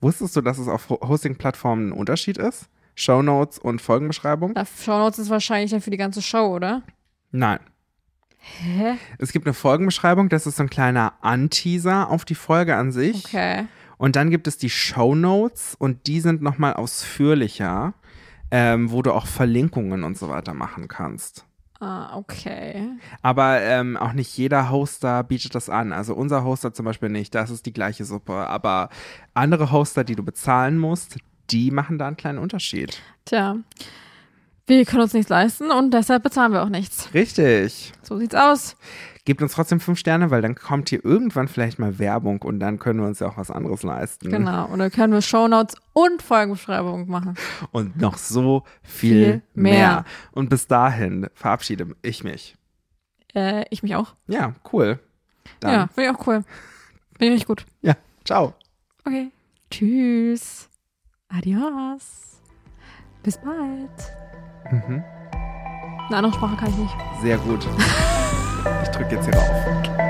Wusstest du, dass es auf Ho- Hosting-Plattformen ein Unterschied ist? Show Notes und Folgenbeschreibung? Na, Show Notes ist wahrscheinlich dann für die ganze Show, oder? Nein. Hä? Es gibt eine Folgenbeschreibung, das ist so ein kleiner Anteaser auf die Folge an sich. Okay. Und dann gibt es die Shownotes und die sind nochmal ausführlicher, ähm, wo du auch Verlinkungen und so weiter machen kannst. Ah, okay. Aber ähm, auch nicht jeder Hoster bietet das an. Also unser Hoster zum Beispiel nicht, das ist die gleiche Suppe. Aber andere Hoster, die du bezahlen musst, die machen da einen kleinen Unterschied. Tja, wir können uns nichts leisten und deshalb bezahlen wir auch nichts. Richtig. So sieht's aus. Gebt uns trotzdem fünf Sterne, weil dann kommt hier irgendwann vielleicht mal Werbung und dann können wir uns ja auch was anderes leisten. Genau. Und dann können wir Shownotes und Folgenbeschreibungen machen. und noch so viel, Viel mehr. mehr. Und bis dahin verabschiede ich mich. Äh, ich mich auch. Ja, cool. Ja, Dann, finde ich auch cool. Bin ich richtig gut. ja. ciao. Okay. Tschüss. Adios. Bis bald. Mhm. Eine andere Sprache kann ich nicht. Sehr gut. Ich drücke jetzt hier rauf.